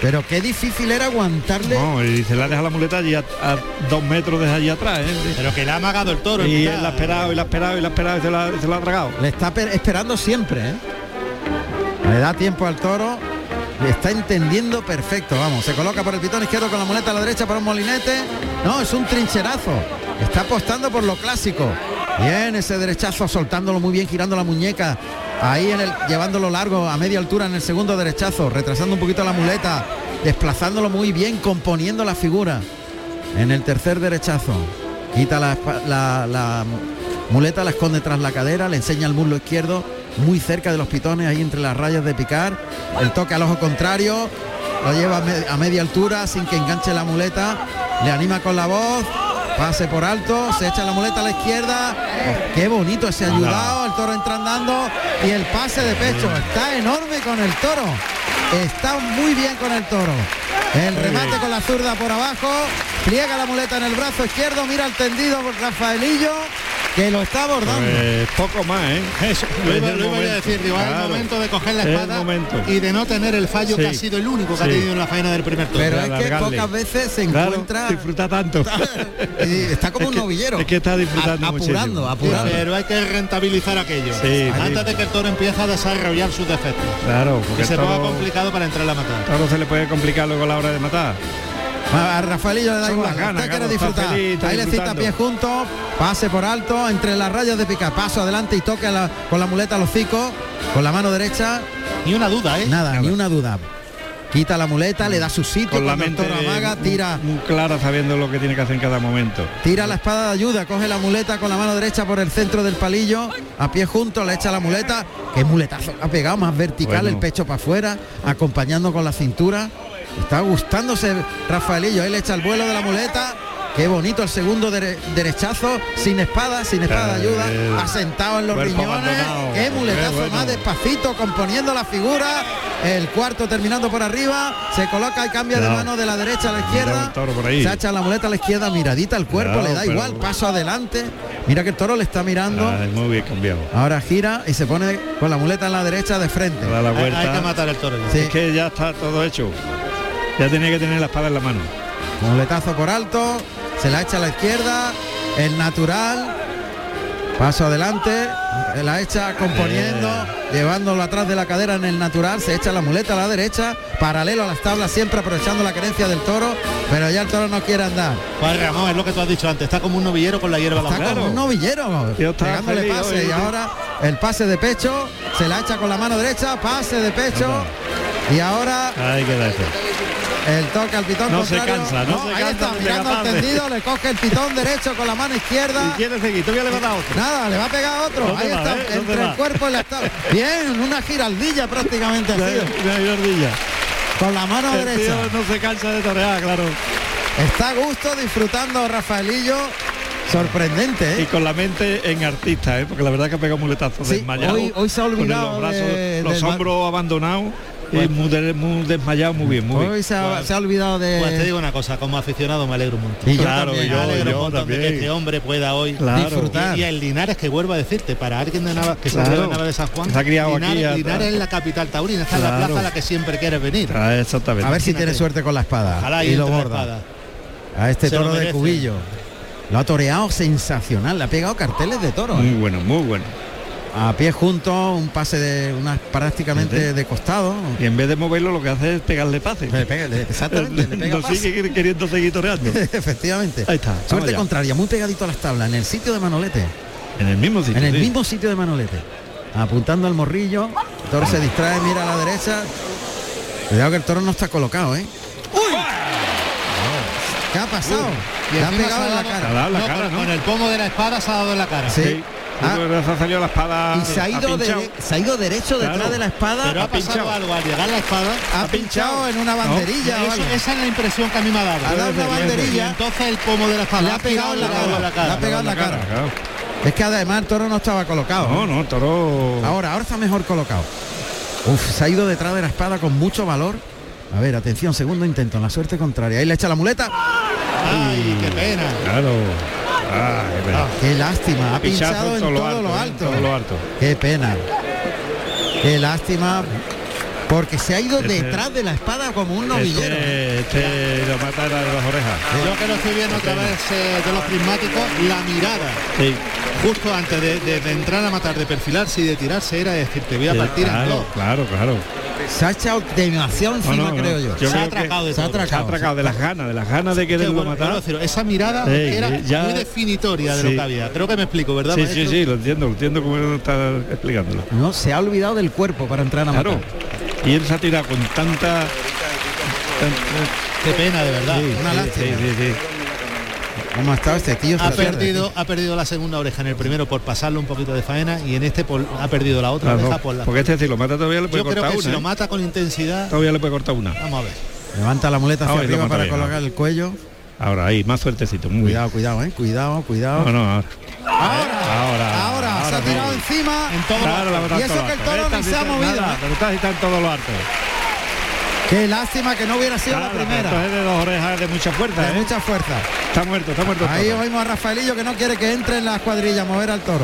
S1: Pero qué difícil era aguantarle.
S2: No, y se la deja la muleta allí a, a dos metros de allí atrás. ¿eh?
S3: Pero que le ha amagado el toro.
S2: Y
S3: en
S2: él la ha
S3: mitad.
S2: esperado, y la ha esperado, y la ha esperado, y se la, se la ha tragado.
S1: Le está pe- esperando siempre, ¿eh? Le da tiempo al toro. Le está entendiendo perfecto, vamos. Se coloca por el pitón izquierdo con la muleta a la derecha para un molinete. No, es un trincherazo. Está apostando por lo clásico. Bien, ese derechazo soltándolo muy bien, girando la muñeca. Ahí en el, llevándolo largo a media altura en el segundo derechazo, retrasando un poquito la muleta, desplazándolo muy bien, componiendo la figura. En el tercer derechazo. Quita la, espa- la- la muleta, la esconde tras la cadera, le enseña el muslo izquierdo, muy cerca de los pitones, ahí entre las rayas de picar. El toque al ojo contrario, lo lleva a, me- a media altura sin que enganche la muleta. Le anima con la voz. Pase por alto, se echa la muleta a la izquierda. Oh, qué bonito ese ayudado, el toro entra andando y el pase de pecho. Está enorme con el toro. Está muy bien con el toro. El
S14: Muy
S1: remate
S14: bien.
S1: con la zurda por abajo. Pliega la muleta en el brazo izquierdo. Mira el tendido por Rafaelillo. Que lo está abordando.
S2: Pues poco más, ¿eh?
S3: Eso, Lo iba, lo iba yo a decir, digo, ahora es el momento de coger la espada y de no tener el fallo que ha sido el único que ha tenido en la faena del primer turno.
S1: Pero es que pocas veces se
S3: Claro,
S1: encuentra.
S2: Disfruta tanto.
S1: está como
S3: Es
S1: un
S3: que-
S1: novillero.
S3: es que está
S2: disfrutando
S1: A- apurando,
S2: muchísimo.
S1: apurando.
S3: Pero hay que rentabilizar aquello.
S2: Sí,
S3: antes
S2: sí.
S3: de que el toro empiece a desarrollar sus defectos.
S2: Claro, porque
S3: Que se
S2: el toro-
S3: ponga complicado para entrar la matada.
S2: Todo se le puede complicar luego a la hora de matar.
S1: A Rafaelillo le da
S2: Son
S1: igual,
S2: las ganas,
S1: usted quiere
S2: claro, está
S1: disfrutar.
S2: feliz, está
S1: Ahí le cita
S2: disfrutando.
S1: pie juntos, pase por alto, entre las rayas de pica, paso adelante y toca la- con la muleta los hocico, con la mano derecha.
S3: Ni una duda, ¿eh?
S1: Nada, ni una duda. Quita la muleta, le da su sitio,
S2: Con la
S1: cuando el
S2: mente
S1: toro amaga,
S2: muy-
S1: tira,
S2: muy, clara sabiendo lo que tiene que hacer en cada momento.
S1: tira la espada de ayuda, coge la muleta con la mano derecha por el centro del palillo, a pie juntos, le echa la muleta, que muletazo, ha pegado más vertical,
S2: Bueno.
S1: el pecho para afuera, acompañando con la cintura. Está gustándose Rafaelillo, él echa el vuelo de la muleta. Qué bonito el segundo dere- derechazo, sin espada, sin espada de
S2: Eh,
S1: ayuda, asentado en los
S2: cuerpo
S1: riñones.
S2: abandonado.
S1: Qué muletazo
S2: Qué bueno.
S1: más despacito, componiendo la figura. El cuarto terminando por arriba, se coloca y cambia de
S2: Cuidado.
S1: mano de la derecha a la
S2: Mira
S1: izquierda.
S2: el toro por ahí.
S1: Se echa la muleta a la izquierda, miradita al cuerpo,
S2: Cuidado,
S1: le da
S2: pero-
S1: igual, paso adelante. Mira que el toro le está mirando.
S2: Ah, es muy bien cambiado.
S1: Ahora gira y se pone con la muleta en la derecha de frente.
S2: Da la vuelta.
S3: el toro.
S1: Sí.
S2: Es que ya está todo hecho. Ya tenía que tener la espada en la mano.
S1: Muletazo por alto, se la echa a la izquierda, el natural, paso adelante, la echa componiendo,
S2: Eh.
S1: llevándolo atrás de la cadera en el natural, se echa la muleta a la derecha, paralelo a las tablas, siempre aprovechando la carencia del toro, pero ya el toro no quiere andar.
S3: Pues Ramón, es lo que tú has dicho antes, está como un novillero con la hierba a la
S1: Está
S3: mano.
S1: como un novillero,
S3: Yo estaba
S1: pegándole
S3: feliz
S1: pase
S3: hoy,
S1: y
S2: ¿eh?
S3: yo-
S1: ahora el pase de pecho, se la echa con la mano derecha, pase de pecho y ahora
S2: Ahí queda eso.
S1: el toque al pitón
S2: No se
S1: contrario.
S2: cansa, no se
S1: ahí
S2: cansa
S1: está,
S2: nunca
S1: mirando al
S2: capaz de-
S1: tendido, le coge el pitón derecho con la mano izquierda.
S2: Y quiere seguir, todavía le va a dar otro.
S1: Nada, le va a pegar otro.
S2: ¿Dónde
S1: Ahí
S2: va,
S1: está,
S2: eh? ¿Dónde
S1: entre el
S2: va?
S1: cuerpo y la tabla. Bien, una giraldilla prácticamente así. Con la mano
S2: El
S1: derecha.
S2: tío no se cansa de torear, claro.
S1: Está a gusto disfrutando Rafaelillo. Sorprendente, ¿eh?
S2: Y con la mente en artista, ¿eh? porque la verdad es que ha pegado muletazos
S1: Sí,
S2: desmayado.
S1: hoy- hoy se ha
S2: con los
S1: olvidado
S2: brazos-
S1: de-
S2: los
S1: del ba-
S2: hombros abandonados y muy, de- muy desmayado, muy bien, muy bien.
S1: Hoy se ha, se ha olvidado de.
S3: Pues te digo una cosa, como aficionado me alegro mucho.
S1: Y yo Claro, también. yo-
S3: me
S4: Pues
S3: alegro
S1: yo
S3: un montón de
S1: también.
S3: que este hombre pueda hoy
S1: Claro.
S3: disfrutar. Y, y el Linares que vuelvo a decirte, para alguien de Nava, que se ha criado en
S2: Claro.
S3: Nava de San Juan,
S2: Se ha criado aquí,
S3: Linares,
S2: ya está.
S3: Linares es la capital taurina, está en la
S2: Claro.
S3: plaza a la que siempre quieres venir.
S2: Ah, exactamente.
S1: A ver si tiene suerte con la espada.
S3: Ojalá y
S1: Y lo
S3: entre la
S1: borda.
S3: espada.
S1: A este
S3: Se lo
S1: toro de
S3: merece.
S1: cubillo. Lo ha toreado sensacional. Le ha pegado carteles de toro.
S2: Muy
S1: ¿eh?
S2: bueno, muy bueno.
S1: A pie junto, un pase de unas prácticamente de costado.
S2: Y en vez de moverlo lo que hace es pegarle pases.
S1: exactamente, le pega
S2: Lo
S1: pase.
S2: sigue queriendo seguir toreando.
S1: Efectivamente.
S2: Ahí está. vamos
S1: Suerte
S2: allá.
S1: contraria, muy pegadito a las tablas, en el sitio de Manolete.
S2: En el mismo sitio.
S1: En el
S2: sí.
S1: mismo sitio de Manolete. Apuntando al morrillo. El toro se distrae, mira a la derecha. Cuidado que el toro no está colocado, ¿eh? ¡Uy! ¿Qué ha pasado?
S3: Y
S1: Le ha
S3: encima
S1: pegado
S3: se
S1: en
S3: ha
S1: la
S3: dado-
S1: cara.
S2: Se Uh. ha dado en la
S3: No,
S2: cara,
S3: con,
S2: ¿no?
S3: con el pomo de la espada se ha dado en la cara.
S1: Sí. Ah.
S2: Yo creo que ha salido la espada.
S1: Y se ha ido,
S2: pinchado.
S1: dere- se ha ido derecho
S2: Claro.
S1: detrás de la espada.
S3: Pero ha,
S1: ha,
S3: pasado
S2: pinchado.
S3: algo al llegar la espada.
S1: ha pinchado en una banderilla
S3: Y
S1: o
S3: eso-
S1: algo.
S3: esa es la impresión que a mí me ha dado.
S1: Ha dado una
S3: Y
S1: banderilla.
S3: entonces el pomo de la espada
S1: Le ha pegado en la
S3: tirado
S1: cara. Le ha pegado en la cara.
S2: Claro.
S1: Es que además el toro no estaba colocado. ¿eh?
S2: No, no, toro.
S1: Ahora, ahora está mejor colocado. Uf, se ha ido detrás de la espada con mucho valor. A ver, atención, segundo intento, en la suerte contraria. Ahí le echa la muleta.
S3: Ay, qué pena.
S2: Claro. Ah, qué pena.
S1: Qué lástima, ha
S2: Pinchazo
S1: pinchado en todo, lo
S2: ¿eh?
S1: alto.
S2: En todo lo alto.
S1: Qué pena. Qué lástima. Porque se ha ido
S2: Este-
S1: detrás de la espada como un novillero.
S2: Este, este lo mata de las orejas.
S3: Yo que lo estoy viendo otra vez eh, de los prismáticos, la mirada.
S2: Sí.
S3: Justo antes de, de- de entrar a matar, de perfilarse y de tirarse, era decir, te voy a partir en
S2: claro,
S3: dos.
S2: claro, claro.
S1: Se ha echado demasiado
S2: No,
S1: encima,
S2: no, no.
S1: creo yo.
S2: Yo
S3: Se
S2: creo
S3: ha
S2: que
S3: atracado de
S1: se ha
S3: todo.
S2: Se ha
S1: atracado.
S2: atracado de las ganas, de las ganas de
S3: Qué
S2: quererlo
S3: bueno,
S2: matar.
S3: bueno, Ciro, esa mirada
S2: Sí,
S3: era
S2: ya-
S3: muy definitoria de
S2: Sí.
S3: lo que había. Creo que me explico, ¿verdad?
S2: Sí, sí,
S3: maestro?
S2: sí, lo entiendo, lo entiendo como está explicándolo.
S1: No, se ha olvidado del cuerpo para entrar a matar.
S2: Claro. Y él se ha tirado con tanta. tan-
S3: Qué pena, de verdad.
S2: sí,
S1: una
S2: sí,
S1: lástima.
S2: sí, sí, sí.
S1: ¿Cómo ha estado este tío?
S3: Ha
S1: Esta tarde.
S3: perdido, ha perdido la segunda oreja en el primero por pasarle un poquito de faena y en este por- ha perdido la otra
S2: Las
S3: oreja
S2: dos.
S3: por la.
S2: Porque este si lo mata todavía le puede
S3: Yo creo
S2: cortar
S3: que
S2: una.
S3: si lo
S2: ¿eh?
S3: mata con intensidad,
S2: Todavía le puede cortar una.
S3: vamos a ver.
S1: Levanta la muleta hacia
S2: Ay, lo
S1: arriba
S2: mata
S1: para
S2: bien,
S1: colocar el cuello.
S2: Ahora ahí, más suertecito. Muy bien.
S1: Cuidado, cuidado, eh. Cuidado, cuidado.
S2: No, no, ahora.
S1: Ahora,
S2: Ahora,
S1: ahora, se ha
S2: ahora
S1: tirado
S2: sí.
S1: encima.
S3: En todo
S2: Claro,
S1: y
S2: la verdad
S1: eso
S2: todo
S1: que el
S2: alto.
S1: toro
S2: Esta
S1: ni
S2: sí
S1: se ha
S2: está-
S1: movido. ¿eh?
S2: nada, pero está, está en todo lo alto.
S1: Qué lástima que no hubiera sido
S2: Ah,
S1: la primera.
S2: entonces de dos orejas de mucha fuerza.
S1: De
S2: ¿eh?
S1: mucha fuerza.
S2: Está muerto, está muerto. el
S1: Ahí
S2: toro.
S1: oímos a Rafaelillo que no quiere que entre en la cuadrilla a mover al toro.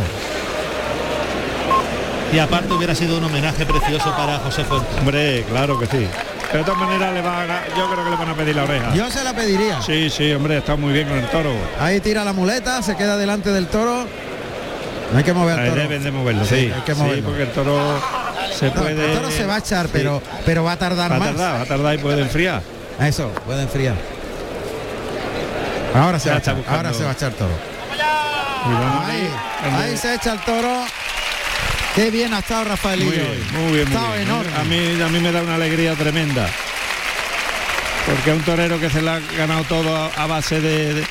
S3: Y aparte hubiera sido un homenaje precioso para José Fuentes.
S2: Hombre, claro que sí. Pero de todas maneras le van a- yo creo que le van a pedir la oreja.
S1: Yo se la pediría.
S2: Sí, sí, hombre, está muy bien con el toro.
S1: Ahí tira la muleta, se queda delante del toro. No hay que mover al
S2: Ahí
S1: toro.
S2: Eh, deben de moverlo, sí.
S1: hay que
S2: Sí,
S1: moverlo.
S2: porque el toro se
S1: No,
S2: puede.
S1: el toro se va a echar,
S2: Sí.
S1: pero, pero va a tardar
S2: Va a
S1: más.
S2: tardar, va a tardar y puede enfriar.
S1: Eso, puede enfriar. Ahora se
S2: Ya
S1: va a
S2: está
S1: echar,
S2: buscando.
S1: ahora se va a echar el toro.
S2: Y vamos
S1: Ahí,
S2: hombre.
S1: ahí se echa el toro. Qué bien ha estado Rafaelillo.
S2: Muy bien,
S1: hoy.
S2: muy bien, muy
S1: Ha estado
S2: bien.
S1: enorme.
S2: A mí, a mí me da una alegría tremenda. Porque es un torero que se le ha ganado todo a, a base de, de-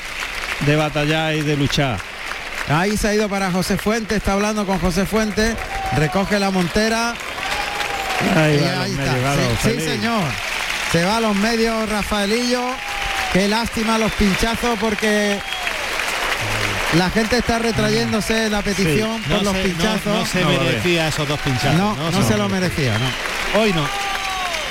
S2: de batallar y de luchar.
S1: Ahí se ha ido para José Fuente, está hablando con José Fuente, recoge la montera.
S2: Ahí
S1: y
S2: va,
S1: ahí
S2: me
S1: está.
S2: ha llegado,
S1: Sí, sí,
S2: feliz.
S1: señor. Se va a los medios Rafaelillo. Qué lástima los pinchazos porque la gente está retrayéndose la petición
S3: Sí,
S1: por
S3: no
S1: los
S3: se- no-
S1: pinchazos.
S3: No, se
S2: No, vale.
S3: merecía esos dos pinchazos.
S1: No, no se lo merecía, no.
S3: Hoy no.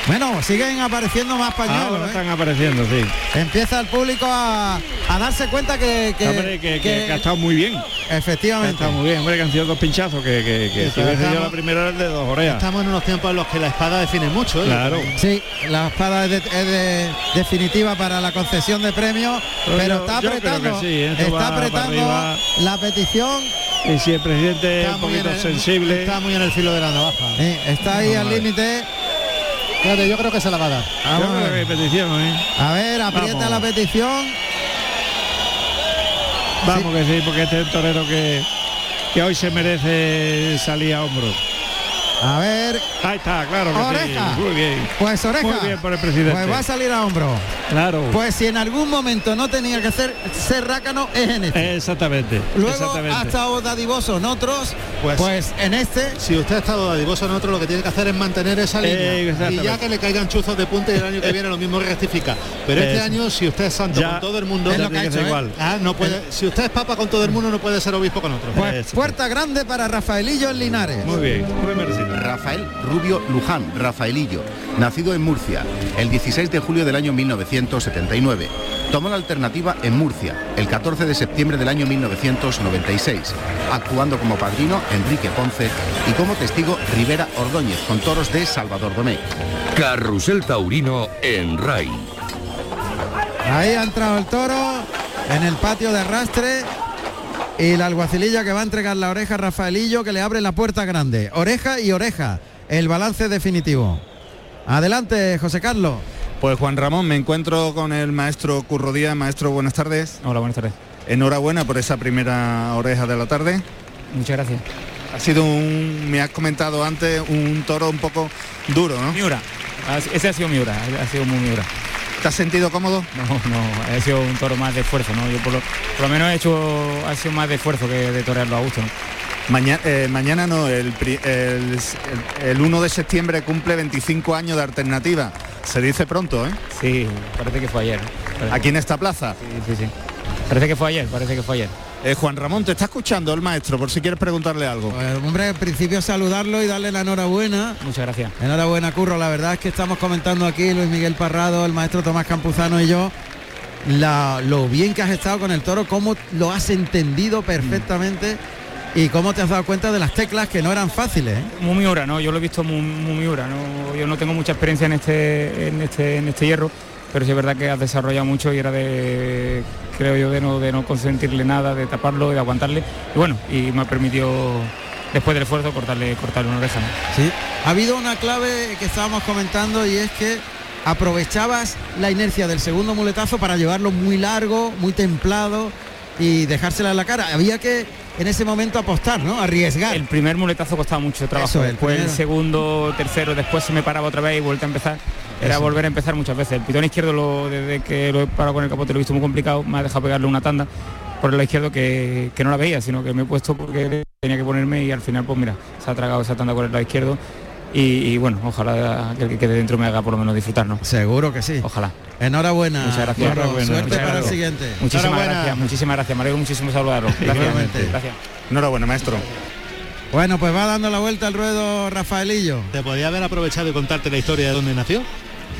S1: Bueno, siguen apareciendo más pañuelos.
S2: Ahora
S1: ¿eh?
S2: están apareciendo, sí.
S1: Empieza el público a, a darse cuenta que, que-
S2: Hombre, que, que-
S1: que-
S2: que ha estado muy bien. Que ha
S1: efectivamente
S2: estado muy bien. Hombre, que han sido dos pinchazos. Que, que, que
S3: Sí,
S2: si hubiese sido
S3: estamos-
S2: la primera era de dos orejas.
S3: Estamos en unos tiempos en los que la espada define mucho. ¿eh?
S2: Claro.
S1: Sí, la espada es, de- es de- definitiva para la concesión de premios, pero
S2: Pero Pues yo-
S1: está
S2: yo creo que
S1: apretando,
S2: sí, ¿eh? esto va
S1: está
S2: para
S1: apretando
S2: arriba.
S1: la petición,
S2: Y si el presidente es
S3: Está
S2: un
S3: muy en
S2: poquito
S3: el-
S2: sensible.
S3: Está muy en el filo de la navaja.
S1: eh, está ahí
S2: No,
S1: al
S2: vale.
S1: límite.
S3: Fíjate, yo creo que se la va a dar.
S1: Vamos
S2: Yo
S1: a
S2: creo que hay
S1: ver.
S2: petición, ¿eh?
S1: A ver, aprieta
S2: Vamos.
S1: la petición.
S2: Vamos que sí, porque este es un torero que, que hoy se merece salir a hombros.
S1: A ver,
S2: Ahí está, claro que
S1: Oreja.
S2: sí. Muy bien.
S1: pues oreja.
S2: Muy bien por el presidente.
S1: Pues va a salir a hombro.
S2: Claro.
S1: Pues si en algún momento no tenía que ser ser rácano es en este.
S2: Exactamente.
S1: Luego
S2: exactamente.
S1: ha estado dadivoso en otros, pues,
S3: Pues-
S1: en este.
S3: Si usted ha estado dadivoso en otro, lo que tiene que hacer es mantener esa
S2: Eh,
S3: línea. y
S2: exactamente.
S3: ya que le caigan chuzos de punta y el año que viene lo mismo rectifica. Pero este
S2: Eso.
S3: año, si usted es santo
S2: Ya-
S3: con todo el mundo,
S1: es lo
S3: ya
S1: que ha
S3: tiene
S1: hecho,
S3: ser
S1: ¿eh?
S3: igual. Ah, no puede, si usted es papa con todo el mundo, no puede ser obispo con otro.
S1: Pues
S2: Eso.
S1: puerta grande para Rafaelillo en Linares.
S2: Muy bien. Muy merecido.
S14: Rafael Rubio Luján, Rafaelillo, nacido en Murcia el 16 de julio del año 1979. Tomó la alternativa en Murcia el 14 de septiembre del año 1996, actuando como padrino Enrique Ponce y como testigo Rivera Ordóñez con toros de Salvador Domé.
S13: Carrusel Taurino en RAI.
S1: Ahí ha entrado el toro en el patio de arrastre y la alguacililla que va a entregar la oreja a Rafaelillo que le abre la puerta grande. Oreja y oreja, el balance definitivo. Adelante, José Carlos.
S4: Pues Juan Ramón, me encuentro con el maestro Curro Díaz. Maestro, buenas tardes.
S15: Hola, buenas tardes.
S4: Enhorabuena por esa primera oreja de la tarde.
S15: Muchas gracias.
S4: Ha sido un, me has comentado antes, un toro un poco duro, ¿no?
S15: Miura. Ha- Ese ha sido Miura, ha sido muy Miura.
S4: ¿Te has sentido cómodo?
S15: No, no, ha sido un toro más de esfuerzo, ¿no? Yo por lo, por lo menos he hecho, ha sido más de esfuerzo que de torearlo a gusto, ¿no?
S4: Mañana, Eh, mañana no, el, pri- el, el 1 de septiembre cumple 25 años de alternativa. Se dice pronto, ¿eh?
S15: Sí, parece que fue ayer. ¿no? Parece-
S4: Aquí en esta plaza.
S15: Sí, sí, sí. Parece que fue ayer, parece que fue ayer.
S4: Eh, Juan Ramón, te está escuchando el maestro, por si quieres preguntarle algo.
S1: Pues, hombre, en principio saludarlo y darle la enhorabuena.
S15: Muchas gracias.
S1: Enhorabuena, Curro. La verdad es que estamos comentando aquí, Luis Miguel Parrado, el maestro Tomás Campuzano y yo, la- lo bien que has estado con el toro, cómo lo has entendido perfectamente y cómo te has dado cuenta de las teclas que no eran fáciles. ¿eh?
S15: Muy Miura, ¿no? Yo lo he visto muy, muy Miura, ¿no? Yo no tengo mucha experiencia en este, en este, en este hierro, pero sí es verdad que has desarrollado mucho y era de, creo yo, de no, de no consentirle nada, de taparlo, de aguantarle. Y bueno, y me ha permitido, después del esfuerzo, cortarle, cortarle una oreja, ¿no?
S1: Sí. Ha habido una clave que estábamos comentando y es que aprovechabas la inercia del segundo muletazo para llevarlo muy largo, muy templado y dejársela en la cara. Había que en ese momento apostar, ¿no? Arriesgar.
S15: El primer muletazo costaba mucho trabajo.
S1: Eso es, el
S15: después el
S1: primero.
S15: segundo, tercero, después se me paraba otra vez y vuelta a empezar. Era
S1: Eso.
S15: volver a empezar muchas veces. El pitón izquierdo, lo, desde que lo he parado con el capote, lo he visto muy complicado. Me ha dejado pegarle una tanda por el lado izquierdo que, que no la veía, sino que me he puesto porque tenía que ponerme y al final, pues mira, se ha tragado esa tanda con el lado izquierdo. Y, y bueno, ojalá que el que quede dentro me haga por lo menos disfrutar, ¿no
S1: Seguro que sí.
S15: Ojalá.
S1: Enhorabuena.
S15: Muchas gracias.
S1: Curro.
S15: Enhorabuena.
S1: Suerte
S15: Muchas
S1: para el
S15: gracias.
S1: siguiente.
S15: Muchísimas
S3: Enhorabuena.
S15: gracias, muchísimas gracias. Me alegro muchísimo saludaros.
S1: Igualmente.
S15: Gracias. gracias.
S4: Enhorabuena, maestro.
S1: Bueno, pues va dando la vuelta al ruedo Rafaelillo.
S3: ¿Te podía haber aprovechado y contarte la historia de dónde nació?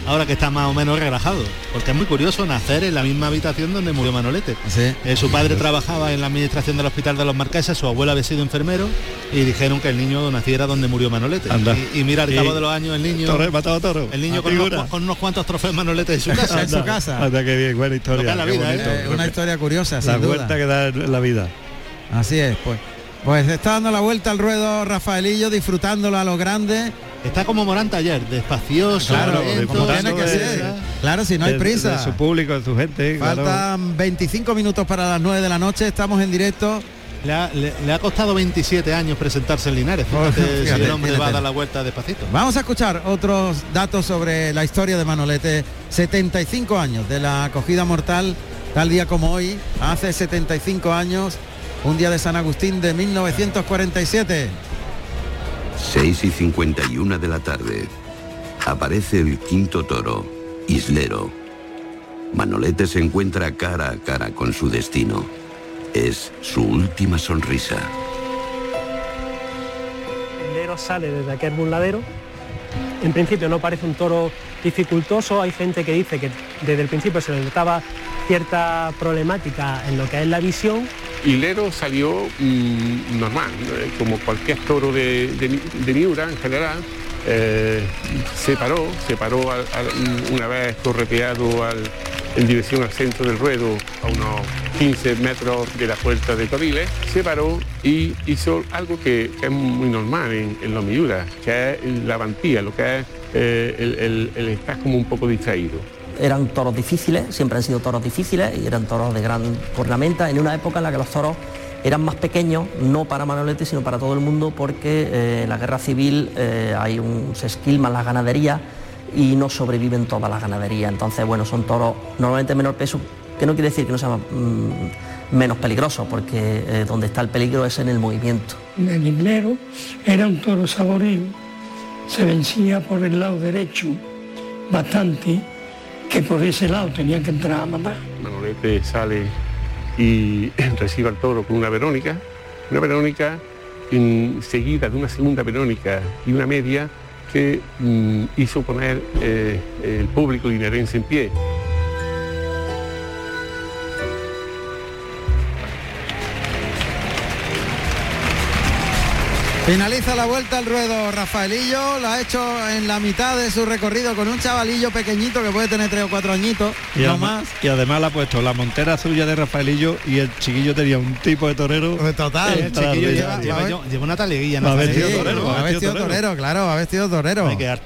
S3: ahora que está más o menos relajado. Porque es muy curioso nacer en la misma habitación donde murió Manolete.
S1: Sí.
S3: Eh, su padre trabajaba en la administración del Hospital de los Marqueses, su abuelo había sido enfermero y dijeron que el niño naciera donde murió Manolete.
S2: Anda.
S3: Y, y mira, al cabo
S2: Y-
S3: de los años el niño...
S2: Toro, he matado a toro.
S3: El niño
S2: La
S3: con unos,
S2: figura.
S3: cua- con unos cuantos trofeos Manolete en su casa.
S2: Anda, Anda, qué bien, buena historia.
S3: Lo que es la
S2: qué
S3: vida,
S2: bonito.
S3: ¿eh?
S1: Una historia curiosa,
S2: La
S1: sin duda.
S2: vuelta que da la vida.
S1: Así es, pues. Pues está dando la vuelta al ruedo Rafaelillo, disfrutándolo a lo grande.
S3: Está como Morante ayer, despacioso.
S1: Claro,
S3: lento,
S1: como tiene que
S3: de-
S1: ser. Claro, si no hay
S2: De-
S1: prisa.
S2: De, su público, de su gente. claro.
S1: Faltan 25 minutos para las 9 de la noche, estamos en directo.
S3: Le ha, le- le ha costado 27 años presentarse en Linares. Fíjate Este, si
S1: fíjate,
S3: el hombre va a
S1: fíjate.
S3: dar la vuelta despacito.
S1: Vamos a escuchar otros datos sobre la historia de Manolete. 75 años de la acogida mortal, tal día como hoy, hace 75 años, un día de San Agustín de 1947.
S6: 6 y 51 de la tarde. Aparece el quinto toro, Islero. Manolete se encuentra cara a cara con su destino. Es su última sonrisa.
S16: tendero sale desde aquel burladero. En principio no parece un toro dificultoso, hay gente que dice que desde el principio se le notaba cierta problemática en lo que es la visión.
S17: Hilero salió mm, normal, eh, como cualquier toro de, de, Mi- de Miura en general. eh, se paró, se paró al- al- mm, una vez correteado al- en dirección al centro del ruedo, a unos 15 metros de la puerta de Toriles, se paró y hizo algo que, que es muy normal en, en los Miura, que es la vantía, lo que es eh, el- el- el estar como un poco distraído.
S18: Eran toros difíciles, siempre han sido toros difíciles y eran toros de gran cornamenta en una época en la que los toros eran más pequeños, no para Manolete, sino para todo el mundo, porque eh, en la guerra civil eh, hay un, se esquilman las ganaderías y no sobreviven todas las ganaderías. Entonces, bueno, son toros normalmente de menor peso, que no quiere decir que no sean mm, menos peligrosos, porque eh, donde está el peligro es en el movimiento.
S11: El islero era un toro saboreo, se vencía por el lado derecho bastante, que por ese lado tenía que entrar a matar.
S17: Manolete sale y recibe al toro con una Verónica, una Verónica mm, seguida de una segunda Verónica y una media que mm, hizo poner eh, el público linarense en pie.
S1: Finaliza la vuelta al ruedo Rafaelillo, lo ha hecho en la mitad de su recorrido con un chavalillo pequeñito que puede tener tres o cuatro añitos,
S2: Y,
S1: no
S2: además-
S1: más.
S2: y además le ha puesto la montera suya de Rafaelillo y el chiquillo tenía un tipo de torero.
S1: Total,
S3: El chiquillo lleva,
S2: extraordinario.
S3: lleva- lleva una taleguilla.
S2: Va vestido
S1: Sí,
S2: torero, va
S1: ha
S2: vestido
S1: vestido
S2: torero.
S1: torero, claro, ha vestido torero.
S2: Hay que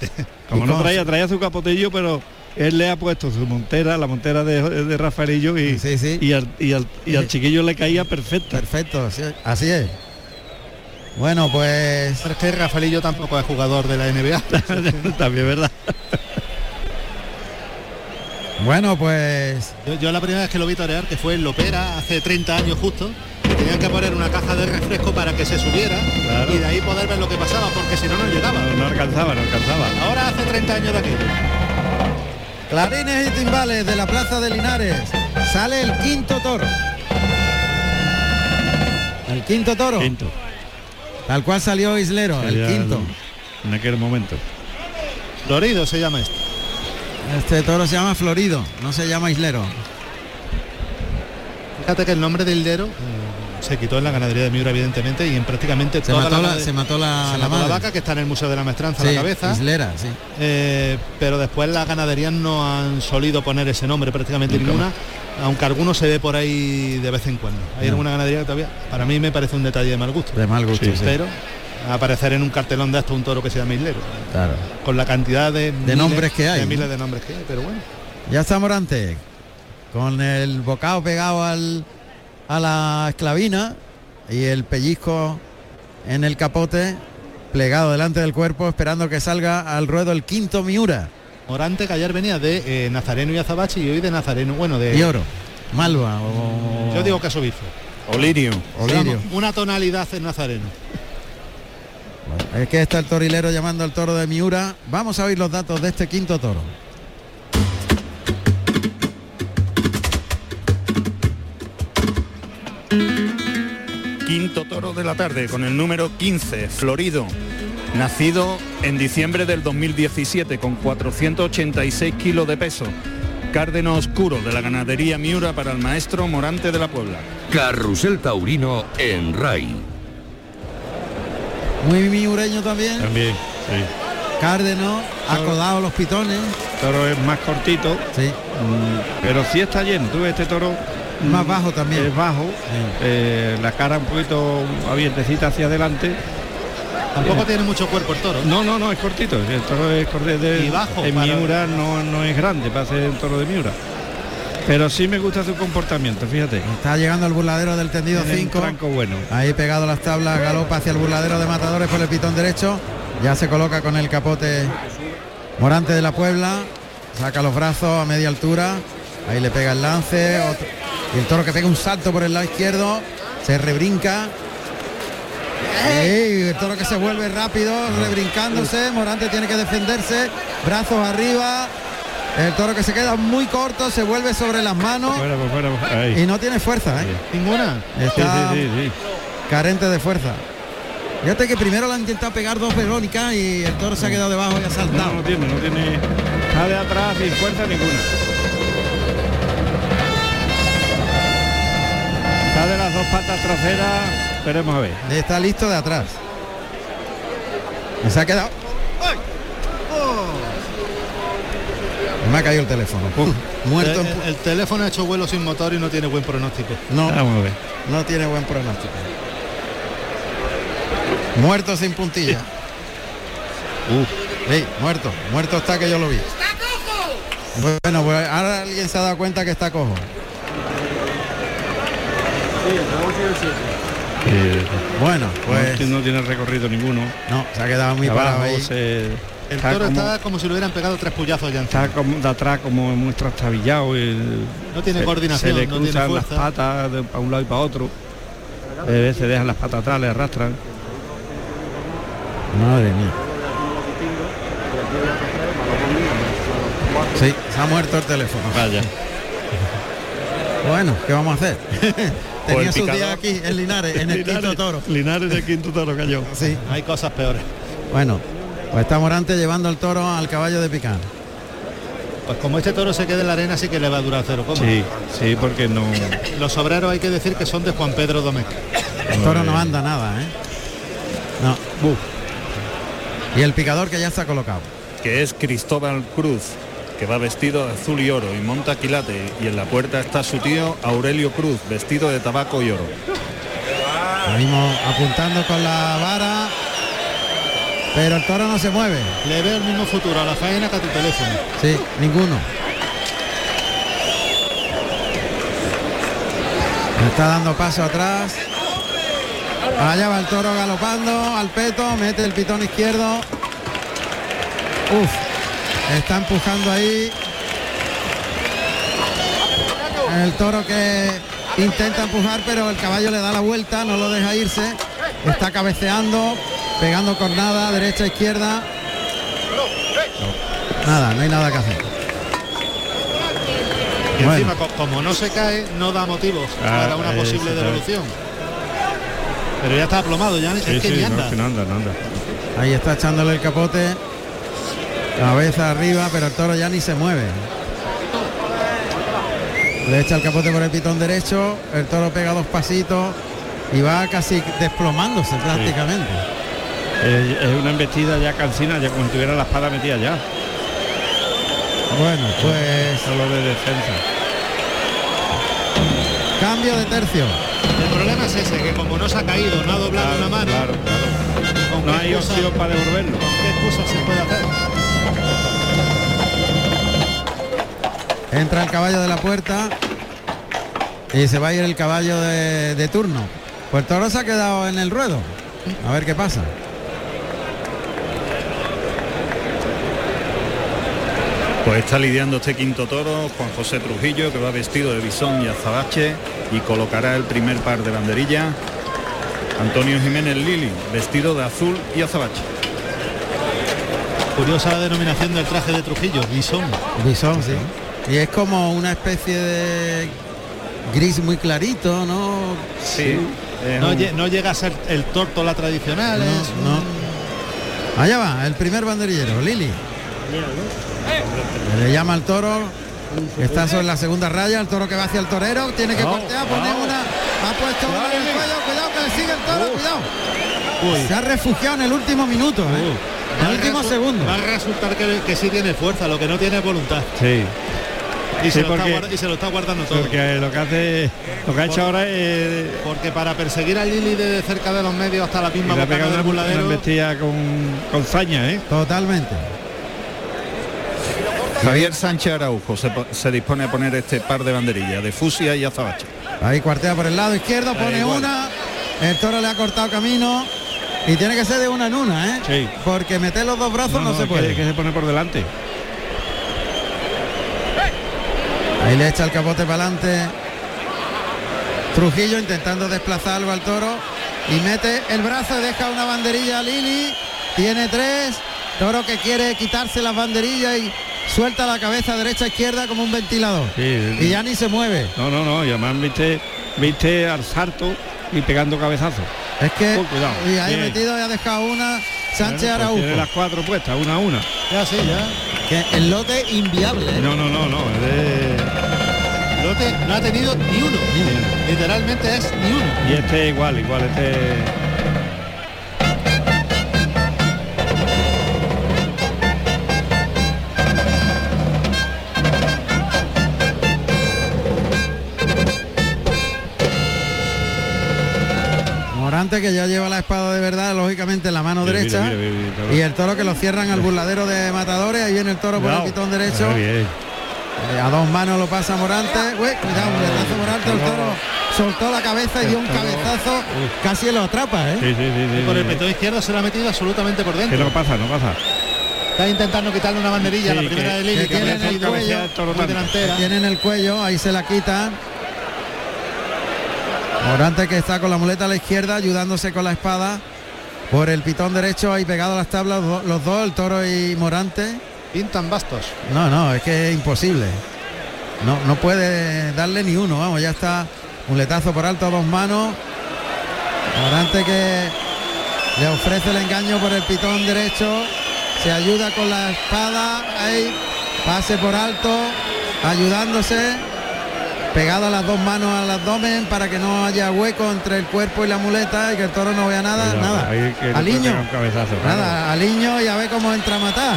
S2: Como no traía, traía su capotillo, pero él le ha puesto su montera, la montera de, de Rafaelillo y, y al, y al- y al chiquillo le caía perfecta.
S1: Perfecto, así es. Bueno, pues...
S3: Pero es que Rafaelillo tampoco es jugador de la NBA.
S2: También, ¿verdad?
S1: Bueno, pues...
S3: Yo, yo la primera vez que lo vi torear, que fue en Lopera, hace 30 años justo, que tenían que poner una caja de refresco para que se subiera
S2: Claro.
S3: y de ahí poder ver lo que pasaba, porque si no, no llegaba.
S2: No, no alcanzaba, no alcanzaba.
S3: Ahora hace 30 años de aquí.
S1: Clarines y timbales de la Plaza de Linares. Sale el quinto toro. El quinto toro. Tal cual salió Islero, el
S2: Salía
S1: quinto.
S2: En aquel momento.
S3: Florido se llama este.
S1: Este toro se llama Florido, no se llama Islero.
S3: Fíjate que el nombre del Lero eh, se quitó en la ganadería de Miura, evidentemente, y en prácticamente
S1: Se
S3: toda
S1: mató la-
S3: ganadería-
S1: se mató la-
S3: se
S1: la
S3: mató
S1: madre.
S3: vaca que está en el Museo de la Maestranza a
S1: Sí,
S3: la cabeza.
S1: Islera, sí.
S3: Eh, pero después las ganaderías no han solido poner ese nombre prácticamente ninguna, aunque alguno se ve por ahí de vez en cuando. Hay
S1: Ya.
S3: alguna ganadería que todavía, para mí me parece un detalle de mal gusto.
S1: De mal gusto, Sí. sí.
S3: Pero aparecer en un cartelón de hasta un toro que sea Mislero,
S1: Claro.
S3: con la cantidad de, miles-
S1: nombres que hay,
S3: de
S1: ¿no?
S3: miles de nombres que hay, pero bueno.
S1: Ya está Morante. Con el bocado pegado al, a la esclavina y el pellizco en el capote, plegado delante del cuerpo, esperando que salga al ruedo el quinto Miura.
S3: Morante que ayer venía de eh, Nazareno y Azabache y hoy de Nazareno, bueno, de...
S1: Y oro. Malva o...
S3: Yo digo que eso bifo.
S4: Olirio.
S1: Olirio.
S3: Una tonalidad en Nazareno.
S1: Es que está el torilero llamando al toro de Miura. Vamos a oír los datos de este quinto toro.
S4: Quinto toro de la tarde con el número 15, Florido. Nacido en diciembre del 2017 con 486 kilos de peso. Cárdeno Oscuro de la ganadería Miura para el maestro Morante de la Puebla.
S13: Carrusel Taurino en RAI.
S1: Muy miureño también.
S2: También, sí.
S1: Cárdeno, acodado los pitones.
S2: toro es más cortito, mm, pero sí está lleno. Tú ves este toro mm,
S1: Más bajo también.
S2: Es bajo, eh, la cara un poquito abiertecita hacia adelante. Eh,
S3: Tampoco tiene mucho cuerpo el toro.
S2: No, no, no, es cortito. El toro es cortito. de-
S3: Y bajo,
S2: En
S3: para-
S2: Miura no, no es grande para ser un toro de Miura. Pero sí me gusta su comportamiento, fíjate.
S1: Está llegando al burladero del tendido
S2: Tiene un
S1: 5.
S2: tranco bueno.
S1: Ahí pegado a las tablas, galopa hacia el burladero de matadores por el pitón derecho. Ya se coloca con el capote Morante de la Puebla. Saca los brazos a media altura. Ahí le pega el lance. otro- y el toro que pega un salto por el lado izquierdo. Se rebrinca. Sí, el toro que se vuelve rápido, rebrincándose. Morante tiene que defenderse. Brazos arriba. El toro que se queda muy corto, se vuelve sobre las manos.
S2: Fuera, por fuera, por- ahí.
S1: Y no tiene fuerza, ¿eh?
S3: Ninguna.
S1: Está
S2: Sí, sí, sí, sí.
S1: carente de fuerza. Fíjate que primero le han intentado pegar dos verónicas y el toro se ha quedado debajo y ha saltado.
S2: No, no tiene, no tiene. Está de atrás sin fuerza ninguna. Está de las dos patas traseras, esperemos a ver.
S1: Está listo de atrás. Y Se ha quedado. Me ha caído el teléfono. Muerto
S3: Eh, El,
S1: en pu-
S3: el teléfono ha hecho vuelo sin motor y no tiene buen pronóstico.
S1: No.
S2: Ah, Vamos a ver.
S1: No tiene buen pronóstico. Muerto sin puntilla. Sí, muerto. Muerto está que yo lo vi. Bueno, pues ahora alguien se ha dado cuenta que está cojo. Bueno, pues-
S2: No, tiene recorrido ninguno.
S1: No, se ha quedado muy
S2: Abajo
S1: parado ahí.
S2: se-
S3: El
S2: eh, está
S3: toro
S2: como-
S3: está como si le hubieran pegado tres puyazos ya.
S2: Está como de atrás como muy trastabillado. eh,
S3: No tiene
S2: se-
S3: coordinación,
S2: Se le
S3: no
S2: cruzan
S3: tiene
S2: las
S3: fuerza.
S2: patas de para un lado y para otro. A veces dejan las patas atrás, le arrastran.
S1: Madre mía. Sí, se ha muerto el teléfono.
S2: Vaya.
S1: Bueno, ¿qué vamos a hacer? Tenía
S2: el
S1: su
S2: picador.
S1: día aquí en Linares, en el
S2: Linares,
S1: quinto toro.
S2: Linares del quinto toro cayó.
S1: Sí.
S3: Hay cosas peores.
S1: Bueno, pues está Morante llevando el toro al caballo de picar.
S3: Pues como este toro se queda en la arena, sí que le va a durar cero coma.
S2: Sí, sí, porque no.
S3: Los obreros hay que decir que son de Juan Pedro Domecq.
S1: El toro no anda nada, ¿eh? No. Y el picador que ya está colocado.
S4: que es Cristóbal Cruz, que va vestido de azul y oro y monta quilate, y en la puerta está su tío Aurelio Cruz, vestido de tabaco y oro.
S1: Ahora mismo apuntando con la vara. Pero el toro no se mueve.
S3: Le veo el mismo futuro a la faena que a tu teléfono.
S1: Sí, ninguno. Está dando paso atrás. Allá va el toro galopando al peto, mete el pitón izquierdo. Uf, está empujando ahí. El toro que intenta empujar, pero el caballo le da la vuelta, no lo deja irse. Está cabeceando, pegando cornada, derecha, izquierda. Nada, no hay nada que hacer.
S3: Y
S1: Bueno.
S3: encima, co- como no se cae, no da motivos
S1: Ah,
S3: para una posible
S1: exactamente.
S3: devolución. Pero ya está aplomado, ya es que ni anda.
S1: Ahí está echándole el capote. Cabeza arriba, pero el toro ya ni se mueve. Le echa el capote por el pitón derecho, el toro pega dos pasitos y va casi desplomándose prácticamente.
S2: Es, es una embestida ya cansina, ya como si tuviera la espada metida ya.
S1: Bueno, pues.
S2: Solo de defensa.
S1: Cambio de tercio.
S3: El problema es ese, que como no se ha caído, no ha doblado una mano.
S2: No hay opción para devolverlo.
S3: ¿Qué excusa se puede hacer?
S1: Entra el caballo de la puerta y se va a ir el caballo de, de turno. Pues el toro se ha quedado en el ruedo. A ver qué pasa.
S4: Pues está lidiando este quinto toro Juan José Trujillo, que va vestido de bisón y azabache y colocará el primer par de banderilla. Antonio Jiménez Lili, vestido de azul y azabache.
S3: Curiosa la denominación del traje de Trujillo, Bison.
S1: Bisón, sí. Y es como una especie de gris muy clarito, ¿no?
S3: No, lle- no llega a ser el torto la tradicional, es un-
S1: Allá va, el primer banderillero, Lili. Le llama al toro. que Está sobre la segunda raya, el toro que va hacia el torero, tiene que
S19: Vamos,
S1: voltear, poner
S19: vamos.
S1: una, ha puesto una en el cuello, cuidado que le sigue el toro, cuidado.
S3: Uy.
S1: Se ha refugiado en el último minuto, ¿eh? En el último
S3: Resu-
S1: segundo.
S3: Va Uh, a resultar que, que sí tiene fuerza, lo que no tiene es voluntad.
S2: Sí.
S3: Y,
S2: Sí,
S3: se lo está
S2: porque-
S3: guarda- y se lo está guardando todo. Eh,
S2: Porque lo que hace, lo que ha hecho ahora es
S3: Porque para perseguir a Lili de cerca de los medios hasta la misma
S2: le ha
S3: bocana
S2: pegado
S3: del
S2: una, una
S3: burladero.
S2: embestida con, con saña, ¿eh?
S1: Totalmente.
S4: Javier Sánchez Araujo se, po- se dispone a poner este par de banderillas de fusia y azabache.
S1: Ahí cuartea por el lado izquierdo, pone una. El toro le ha cortado camino. Y tiene que ser de una en una, ¿eh? Porque meter los dos brazos no, se puede.
S2: Que, que se pone por delante.
S1: Ahí le echa el capote para adelante. Trujillo intentando desplazarlo al toro. Y mete el brazo, deja una banderilla a Lili. Tiene tres. Toro que quiere quitarse las banderillas y suelta la cabeza derecha-izquierda como un ventilador.
S2: Sí.
S1: Y ya ni se mueve.
S2: No, no, no. Y además viste, viste al sarto y pegando cabezazo.
S1: Es que.
S2: cuidado.
S1: Y ahí
S2: Bien.
S1: metido y ha dejado una Sánchez
S2: Bueno, pues
S1: Araújo.
S2: tiene las cuatro puestas, una a una.
S3: Ya sí, ya.
S1: Que el lote inviable. ¿eh?
S2: No, no, no, no. es de-
S3: Lote no ha tenido ni uno. Literalmente es ni uno.
S2: Y este igual, igual, este.
S1: Morante que ya lleva la espada de verdad, lógicamente en la mano
S2: Mira,
S1: derecha.
S2: mira, mira, mira, mira,
S1: Y el toro que lo cierran al burladero de matadores. Ahí viene el toro por el
S2: Cuidado.
S1: pitón derecho.
S2: Ah, bien.
S1: Eh, A dos manos lo pasa Morante. Ué, cuidado, un retazo Morante. El toro soltó la cabeza y dio un cabezazo. Casi lo atrapa, ¿eh?
S2: Oh, Sí, sí, sí, sí,
S3: Y por el
S2: sí.
S3: petón izquierdo se lo ha metido absolutamente por
S2: Que
S3: dentro.
S2: no pasa, no pasa.
S3: Está intentando quitarle una banderilla,
S2: Sí,
S3: la primera
S2: que-
S3: de Lili,
S2: que
S3: que tiene en
S2: cabecea-
S3: el
S2: cabecea
S3: cuello,
S2: el toro
S3: muy
S2: tanto.
S3: delantera.
S1: Tiene en el cuello, ahí se la quita. Morante que está con la muleta a la izquierda, ayudándose con la espada. Por el pitón derecho, ahí pegado a las tablas do- los dos, el toro y Morante.
S3: Pintan bastos.
S1: No, no, es que es imposible. No, no puede darle ni uno, vamos, ya está. Muletazo por alto a dos manos. Morante que le ofrece el engaño por el pitón derecho. Se ayuda con la espada. Ahí. Pase por alto. Ayudándose. Pegado a las dos manos al abdomen para que no haya hueco entre el cuerpo y la muleta y que el toro no vea nada,
S2: Cuidado,
S1: nada.
S2: ahí que le puede
S1: Aliño.
S2: pegar un cabezazo, claro.
S1: Nada, aliño y a ver cómo entra a matar.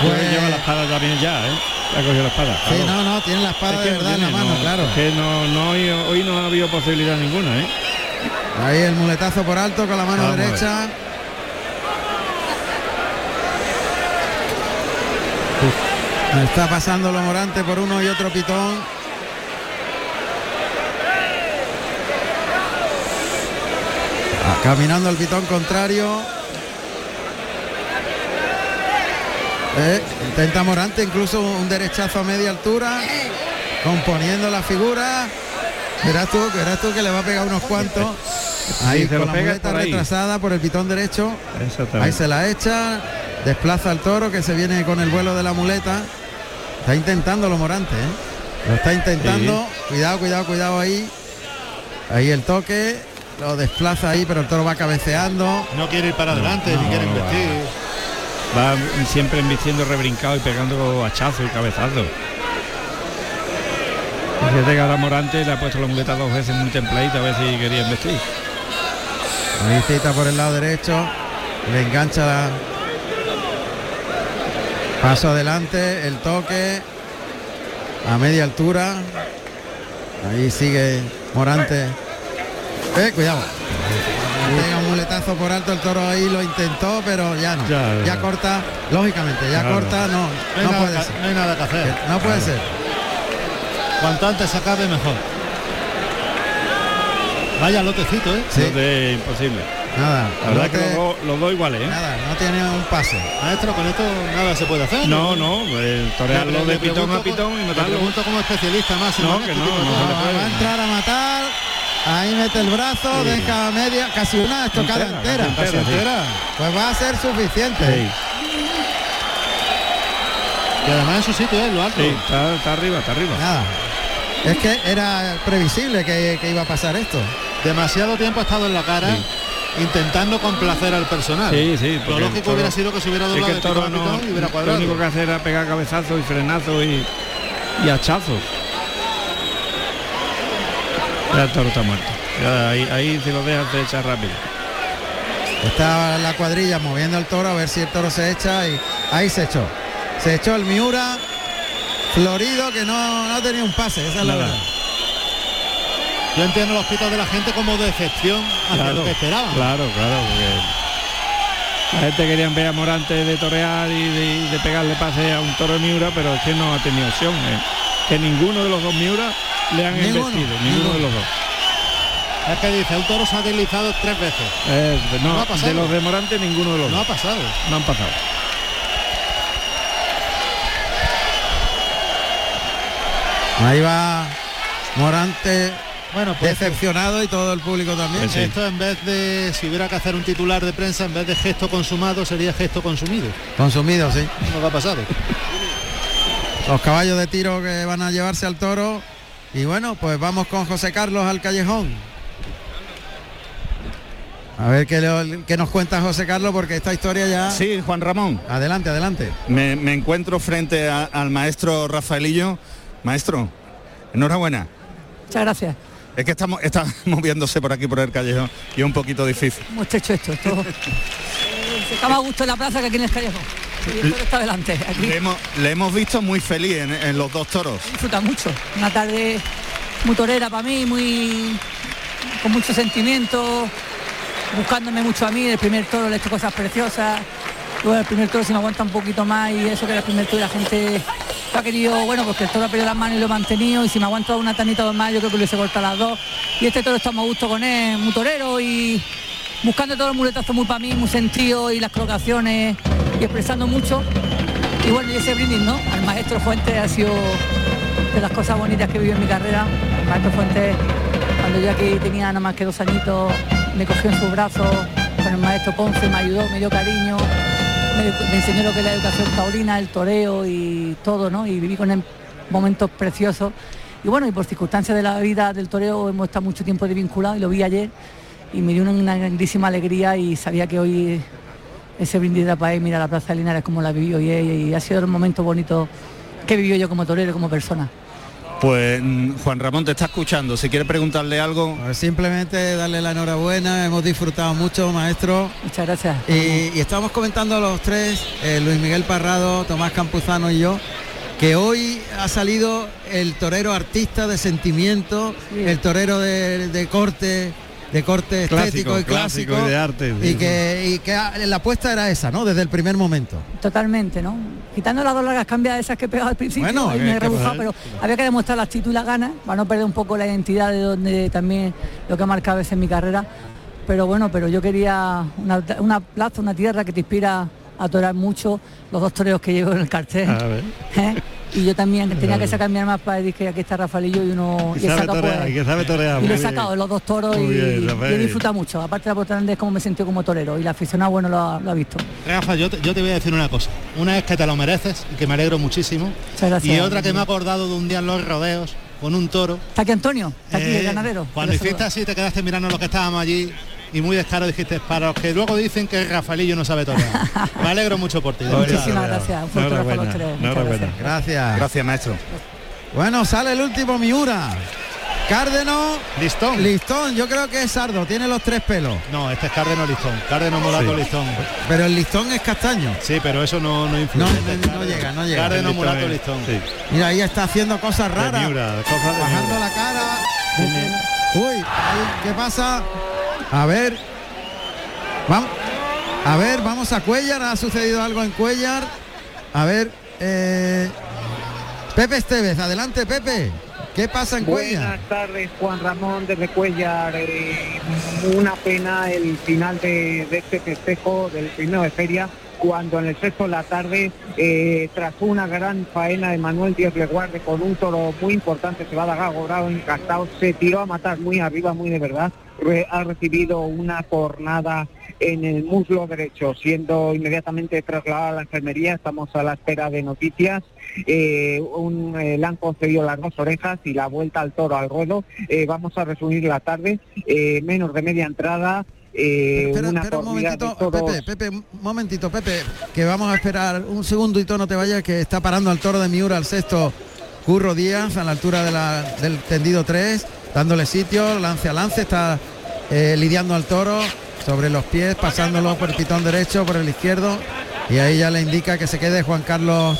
S2: Pues... Lleva la espada también ya, ¿eh? Ha cogido la espada.
S1: Sí,
S2: claro.
S1: no, no, tiene la espada
S2: Es
S1: de
S2: que
S1: verdad en la
S2: tiene,
S1: mano,
S2: no,
S1: claro.
S2: es que no, no, hoy, hoy no ha habido posibilidad ninguna, ¿eh?
S1: Ahí el muletazo por alto con la mano
S2: Vamos a ver.
S1: derecha. Está pasando lo morante por uno y otro pitón. Ah, Caminando el pitón contrario. Eh, intenta Morante incluso un derechazo a media altura, componiendo la figura. Verás tú, verás tú que le va a pegar unos cuantos. Ahí
S2: Sí, se
S1: con
S2: lo
S1: la
S2: pega
S1: muleta
S2: por ahí.
S1: retrasada por el pitón derecho.
S2: Exactamente.
S1: Ahí se la echa, desplaza al toro que se viene con el vuelo de la muleta. Está intentando lo Morante, ¿eh? lo está intentando. Cuidado, cuidado, cuidado ahí. Ahí el toque, lo desplaza ahí, pero el toro va cabeceando.
S3: No quiere ir para adelante, ni quiere investir.
S2: Va siempre embistiendo rebrincado y pegando hachazo y cabezazo. Fíjate que ahora Morante le ha puesto la muleta dos veces muy templadita a ver si quería investir.
S1: Ahí cita por el lado derecho, le engancha la... Paso adelante, el toque a media altura. Ahí sigue Morante. Eh, cuidado. Pega un muletazo por alto, el toro ahí lo intentó, pero ya no.
S2: Ya,
S1: Ya,
S2: ya.
S1: corta, lógicamente, ya
S2: Claro.
S1: corta, no,
S3: No hay,
S1: no
S3: nada,
S1: puede
S3: que-
S1: ser.
S3: no hay nada que hacer.
S1: No puede ser.
S3: Cuanto antes se acabe, mejor. Vaya lotecito, ¿eh?
S2: No es imposible.
S1: Nada.
S2: La verdad
S1: Lote-
S2: que los dos, los dos iguales, ¿eh?
S1: Nada, no tiene un pase.
S3: Maestro, con esto nada se puede hacer.
S2: No, no, eh,
S3: Le-
S2: torearlo
S3: le
S2: de pitón
S3: pregunto
S2: a pitón
S3: co-
S2: y
S3: le
S2: matarlo.
S3: pregunto como especialista más. este
S2: No, que no, no se le puede.
S1: este Va a entrar a matar. Ahí mete el brazo,
S3: Sí.
S1: deja media, casi una estocada entera.
S3: Entera, casi entera,
S1: Pues va a ser suficiente.
S3: Y además en su sitio, ¿eh? Lo alto.
S2: Sí, está, está arriba, está arriba.
S1: Nada. Es que era previsible que, que iba a pasar esto.
S3: Demasiado tiempo ha estado en la cara. intentando complacer al personal.
S2: Sí, sí,
S3: Lo
S2: porque el
S3: lógico
S2: toro-
S3: hubiera sido que se hubiera
S2: es
S3: doblado
S2: que el
S3: de picado
S2: toro
S3: a
S2: no,
S3: picado y hubiera
S2: Lo
S3: cuadrado.
S2: único que hacer era pegar cabezazos y frenazos y, y hachazos. Ya el toro está muerto. Ya ahí, ahí si lo dejas te echa rápido.
S1: Está la cuadrilla moviendo al toro a ver si el toro se echa y ahí se echó. Se echó el Miura, Florido que no, no tenía un pase, esa es la
S3: Nada.
S1: verdad.
S3: Yo entiendo los pitos de la gente como decepción hacia lo Ah, que esperaban.
S2: Claro, claro, porque la gente quería ver a Morante de torear y de, de pegarle pase a un toro Miura, pero es que no ha tenido opción. eh. Que ninguno de los dos Miura le han
S3: Ninguno,
S2: investido, ninguno de
S3: ninguno.
S2: los dos.
S3: Es que dice, un toro se ha deslizado tres veces.
S2: Eh, no,
S3: No ha pasado.
S2: de los de Morante ninguno de los
S3: No ha
S2: dos.
S3: pasado.
S2: No han pasado.
S1: Ahí va Morante
S3: Bueno, pues
S1: decepcionado y todo el público también.
S2: Pues
S3: Esto en vez de, si hubiera que hacer un titular de prensa, en vez de gesto consumado, sería gesto consumido.
S1: Consumido, sí.
S3: No lo ha pasado.
S1: Los caballos de tiro que van a llevarse al toro. Y bueno, pues vamos con José Carlos al callejón. A ver qué, le- qué nos cuenta José Carlos porque esta historia ya...
S4: Sí, Juan Ramón.
S1: Adelante, adelante.
S4: Me, me encuentro frente a- al maestro Rafaelillo. Maestro, enhorabuena.
S19: Muchas gracias.
S4: Es que estamos, está moviéndose por aquí por el callejón y es un poquito difícil.
S19: Hemos hecho esto. esto. Se acaba a gusto en la plaza que aquí en el callejón. Y el toro está delante. Aquí
S4: Le hemos, le hemos visto muy feliz en, en los dos toros.
S19: disfruta mucho. Una tarde muy torera para mí, muy con mucho sentimiento, buscándome mucho a mí. El primer toro le he hecho cosas preciosas. Luego el primer toro se me aguanta un poquito más y eso que era el primer toro y la gente lo ha querido, bueno, porque el toro ha perdido las manos y lo he mantenido y si me aguanta una tanita o más yo creo que lo hubiese cortado las dos. Y este toro estamos a gusto con él, muy torero y buscando todos los muletazos muy para mí, muy sentido y las colocaciones y expresando mucho. Y bueno, y ese brindis, ¿no? Al maestro Fuentes ha sido de las cosas bonitas que vivió en mi carrera. El maestro Fuentes, cuando yo aquí tenía nada más que dos añitos, me cogió en sus brazos, con el maestro Ponce me ayudó, me dio cariño, me, me enseñó lo que es la educación taurina, el toreo y todo, ¿no? Y viví con él momentos preciosos. Y bueno, y por circunstancias de la vida del toreo hemos estado mucho tiempo desvinculados y lo vi ayer y me dio una, una grandísima alegría y sabía que hoy ese brindis de país, mira la plaza de Linares como la vivió y, y ha sido el momento bonito que vivió yo como torero, como persona.
S4: Pues mm, Juan Ramón te está escuchando. Si quiere preguntarle algo,
S1: Pues simplemente darle la enhorabuena, hemos disfrutado mucho, maestro.
S19: Muchas gracias.
S1: Y, y estamos comentando los tres, eh, Luis Miguel Parrado, Tomás Campuzano y yo, que hoy ha salido el torero artista de sentimiento, el torero de, de corte, de corte estético
S2: Clásico,
S1: y clásico.
S2: clásico y de arte,
S1: Y
S2: sí.
S1: que, y que ah, la apuesta era esa, ¿no? Desde el primer momento.
S19: Totalmente, ¿no? Quitando las dos largas cambias esas que he pegado al principio,
S1: Bueno,
S19: ahí
S1: que-
S19: me he
S1: que
S19: rebujado,
S1: poder-
S19: pero había que demostrar la actitud y la gana, para no perder un poco la identidad de donde también lo que ha marcado a veces mi carrera. Pero bueno, pero yo quería una, una plaza, una tierra que te inspira a torar mucho los dos toreos que llevo en el cartel.
S2: A ver.
S19: ¿eh? Y yo también tenía
S2: A
S19: que
S2: ver.
S19: sacar mi arma para decir que aquí está Rafaelillo y uno y he
S2: Que sabe
S19: sacado,
S2: torear,
S19: pues,
S2: que sabe torear,
S19: y lo
S2: muy
S19: he
S2: bien.
S19: sacado los dos toros
S2: Muy
S19: y,
S2: bien,
S19: y
S2: Rafael.
S19: he disfrutado mucho. Aparte la importante es cómo me sentí como torero y la aficionada bueno lo ha- lo ha visto.
S3: Rafa, yo te, yo te voy a decir una cosa. Una es que te lo mereces y que me alegro muchísimo.
S19: gracias.
S3: Y otra que me ha acordado de un día en los rodeos con un toro.
S19: Está aquí Antonio, está aquí
S3: Eh,
S19: el ganadero.
S3: Cuando
S19: Te
S3: hiciste
S19: saluda.
S3: así te quedaste mirando los que estábamos allí y muy descaro dijiste, para los que luego dicen que Rafaelillo no sabe torear. me alegro mucho por ti. de verdad.
S19: Muchísimas gracias. Un fuerte abrazo a los tres. Muchas gracias.
S1: Gracias.
S4: Gracias, maestro.
S1: Bueno, sale el último Miura. Cárdeno.
S3: Listón.
S1: Listón, yo creo que es Sardo, tiene los tres pelos.
S3: No, este es Cárdeno Listón. Cárdeno Molato
S1: Sí.
S3: Listón.
S1: Pero el listón es castaño.
S3: Sí, pero eso no, no influye.
S1: No, llega, no llega.
S3: Cárdeno
S1: El listón
S3: Mulato
S1: es-
S3: Listón.
S1: Mira, ahí está haciendo cosas raras. Bajando la cara. Uy, ahí, ¿qué pasa? A ver. Vamos. A ver, vamos a Cuellar. Ha sucedido algo en Cuellar. A ver. eh, Pepe Esteves, adelante Pepe. ¿Qué pasa en Cuellar?
S20: Buenas tardes, Juan Ramón desde Cuellar. Eh, una pena el final de, de este festejo del primero de feria, cuando en el sexto de la tarde, eh, tras una gran faena de Manuel Díaz Leguarde con un toro muy importante, se va a dar Bravo encastado, se tiró a matar muy arriba, muy de verdad. Re- ha recibido una cornada en el muslo derecho, siendo inmediatamente trasladada a la enfermería. Estamos a la espera de noticias. Eh, un, eh, le han concedido las dos orejas y la vuelta al toro al ruedo. Eh, vamos a resumir la tarde. Eh, menos de media entrada. eh,
S1: Espera,
S20: una
S1: espera un
S20: corrida de
S1: momentito,
S20: toros.
S1: Pepe, Pepe, un momentito, Pepe, que vamos a esperar un segundo y tú no te vayas, que está parando al toro de Miura al sexto Curro Díaz a la altura de la- del tendido 3, dándole sitio, lance a lance, está eh, lidiando al toro sobre los pies, pasándolo por el pitón derecho, por el izquierdo, y ahí ya le indica que se quede Juan Carlos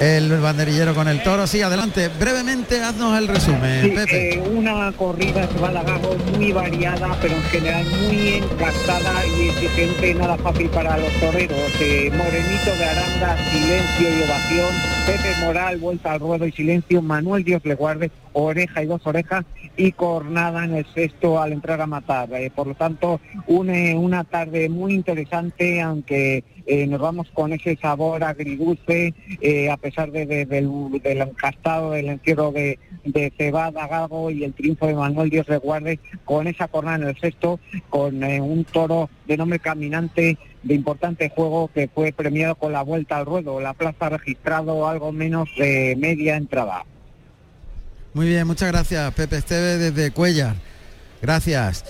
S1: el banderillero con el toro. Sí, adelante, brevemente haznos el resumen,
S20: Sí,
S1: Pepe.
S20: eh, una corrida se va al agajo muy variada, pero en general muy encastada y exigente, nada fácil para los toreros. Eh, Morenito de Aranda, silencio y ovación. Pepe Moral, vuelta al ruedo y silencio. Manuel Dios le guarde, oreja y dos orejas y cornada en el sexto al entrar a matar. Eh, por lo tanto, un, eh, una tarde muy interesante, aunque eh, nos vamos con ese sabor agridulce, eh, a pesar de, de- del, del encastado, del encierro de, de Cebada, Gago y el triunfo de Manuel Dios Reguarde, con esa cornada en el sexto, con eh, un toro de nombre caminante de importante juego que fue premiado con la vuelta al ruedo. La plaza ha registrado algo menos de media entrada.
S1: Muy bien, muchas gracias, Pepe Esteve desde Cuellar. Gracias.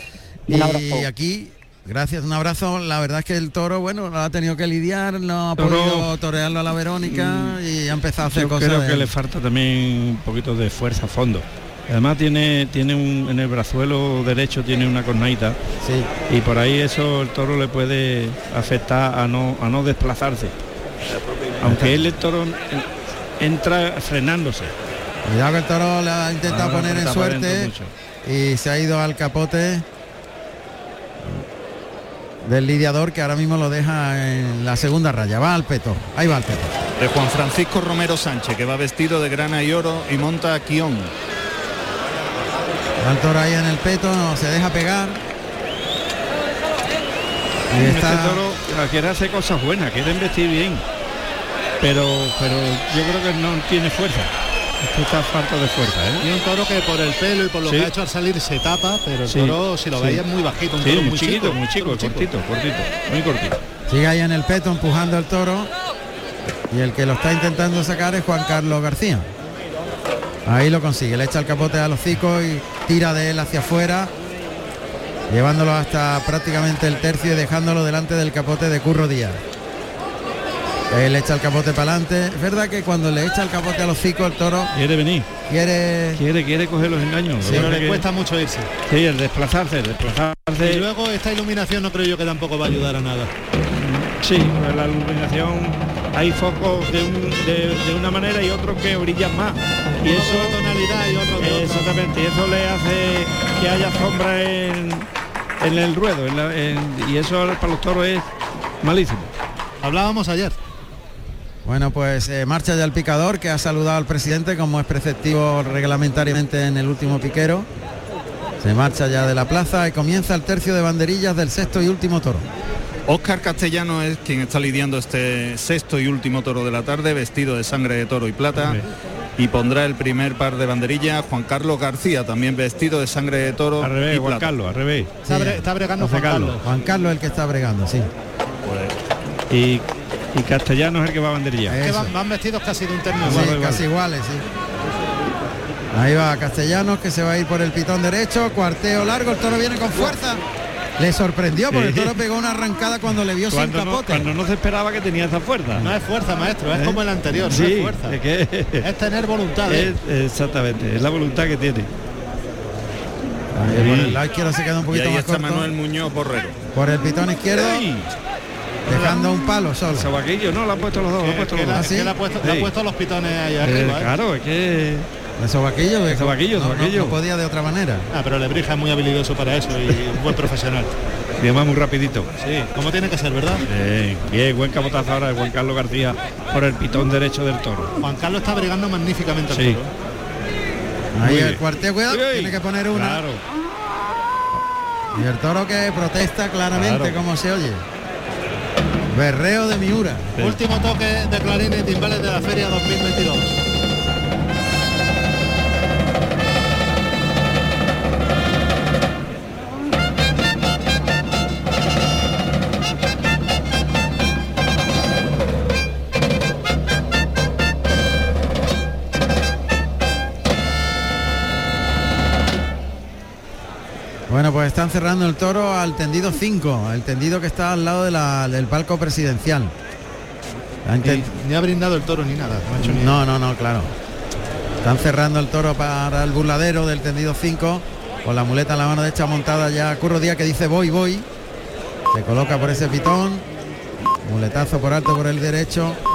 S20: Un
S1: y
S20: abrazo.
S1: aquí, gracias, un abrazo. La verdad es que el toro, bueno, lo ha tenido que lidiar, no ha
S2: Toro. Mm.
S1: podido torearlo a la Verónica y ha empezado a hacer
S2: Yo
S1: cosas.
S2: creo
S1: de-
S2: que le falta también un poquito de fuerza a fondo. Además tiene tiene un, en el brazuelo derecho tiene una cornaita y por ahí eso el toro le puede afectar a no a no desplazarse. Aunque él el toro en- entra frenándose.
S1: Cuidado que el toro le ha intentado
S2: Ahora
S1: poner en
S2: Ah, está pariendo
S1: suerte
S2: mucho.
S1: y se ha ido al capote del lidiador que ahora mismo lo deja en la segunda raya. Va al peto, ahí va al peto.
S4: de Juan Francisco Romero Sánchez, que va vestido de grana y oro y monta a Quión.
S1: Va el toro ahí en el peto, no se deja pegar. Y está-
S2: Este toro ah, quiere hacer cosas buenas, quiere investir bien. Pero pero yo creo que no tiene fuerza. Esto está falta de fuerza, ¿eh?
S3: Y un toro que por el pelo y por lo
S2: Sí.
S3: que ha hecho al salir se tapa, pero el
S2: Sí,
S3: toro, si lo
S2: sí.
S3: veis, es muy bajito. Un
S2: Sí,
S3: toro
S2: muy
S3: muy
S2: chiquito,
S3: chico,
S2: muy
S3: un
S2: chico,
S3: toro muy chico.
S2: cortito, cortito, muy cortito.
S1: Sigue ahí en el peto empujando al toro. Y el que lo está intentando sacar es Juan Carlos García. Ahí lo consigue, le echa el capote a los hocico y tira de él hacia afuera, llevándolo hasta prácticamente el tercio y dejándolo delante del capote de Curro Díaz. Él echa el capote para adelante. Es verdad que cuando le echa el capote a los hocico el toro
S2: Quiere venir.
S1: quiere
S2: Quiere, quiere coger los engaños. Lo que
S3: Sí, pero
S2: pasa
S3: le
S2: que-
S3: cuesta mucho irse.
S2: Sí, el desplazarse, el desplazarse.
S3: Y luego esta iluminación no creo yo que tampoco va a ayudar a nada.
S2: Sí, pues la iluminación hay focos de, un- de- de una manera y otros que brillan más. Y eso tonalidad y otro Exactamente, y eso le hace que haya sombra en, en el ruedo. en la- en- y eso para los toros es malísimo.
S3: Hablábamos ayer.
S1: Bueno, pues eh, marcha ya el picador que ha saludado al presidente como es preceptivo reglamentariamente en el último piquero. Se marcha ya de la plaza y comienza el tercio de banderillas del sexto y último toro.
S4: Óscar Castellano es quien está lidiando este sexto y último toro de la tarde, vestido de sangre de toro y plata. Y pondrá el primer par de banderillas Juan Carlos García, también vestido de sangre de toro.
S2: Al revés,
S4: y
S2: Juan
S4: plata.
S2: Carlos, al revés.
S3: Está, bre- está bregando Juan Carlos.
S1: Juan Carlos es el que está bregando, sí.
S2: Y, y castellano es el que va a banderilla.
S3: Que van, van vestidos casi de un terno
S1: Sí,
S3: igual.
S1: casi iguales, sí. Ahí va Castellanos que se va a ir por el pitón derecho, cuarteo largo, el toro viene con fuerza. Le sorprendió porque el
S2: Sí.
S1: toro pegó una arrancada cuando le vio sin
S2: Cuando no,
S1: capote.
S2: cuando no se esperaba que tenía esa fuerza.
S3: No es fuerza, maestro, es
S2: ¿Eh?
S3: como el anterior, no
S2: Sí,
S3: es fuerza.
S2: es que-
S3: Es tener voluntad. ¿eh?
S2: Es- exactamente, es la voluntad que tiene.
S1: Ahí por el lado izquierdo se queda un
S4: Y
S1: poquito
S4: ahí
S1: más
S4: está
S1: corto.
S4: Manuel Muñoz Borrero.
S1: Por el pitón izquierdo. Dejando un palo solo. ¿Ah,
S2: Sabaquillo, no, lo han puesto los dos, lo han puesto
S3: Que
S2: los dos.
S3: la- que la ha puesto, le ha
S2: Sí.
S3: puesto los pitones ahí
S2: Eh,
S3: arriba. ¿eh?
S2: claro, es que...
S1: El sobaquillo,
S2: El sobaquillo,
S1: Pues, no- no-
S2: sobaquillo.
S1: no podía de otra manera.
S3: Ah, pero Lebrija es muy habilidoso para eso y un buen profesional.
S2: Y además muy rapidito.
S3: Sí, como tiene que ser, ¿verdad?
S2: Bien, bien, buen cabotazo ahora de Juan Carlos García por el pitón derecho del toro.
S3: Juan Carlos está brigando magníficamente al
S2: Sí.
S3: toro.
S1: Ahí
S2: Muy
S1: el
S2: bien.
S1: cuarteo, cuidado,
S2: Uy,
S1: tiene que poner una.
S2: Claro,
S1: Y el toro que protesta claramente
S2: Claro.
S1: como se oye. Berreo de Miura.
S3: Último toque de clarines y timbales de la feria 2022.
S1: Bueno, pues están cerrando el toro al tendido 5, el tendido que está al lado de la- del palco presidencial. Han intent-
S3: Ni ha brindado el toro ni nada. No, ha hecho ni-
S1: No, no, no, claro. Están cerrando el toro para el burladero del tendido 5. Con la muleta en la mano derecha montada ya Curro Díaz que dice voy, voy. Se coloca por ese pitón. Muletazo por alto por el derecho.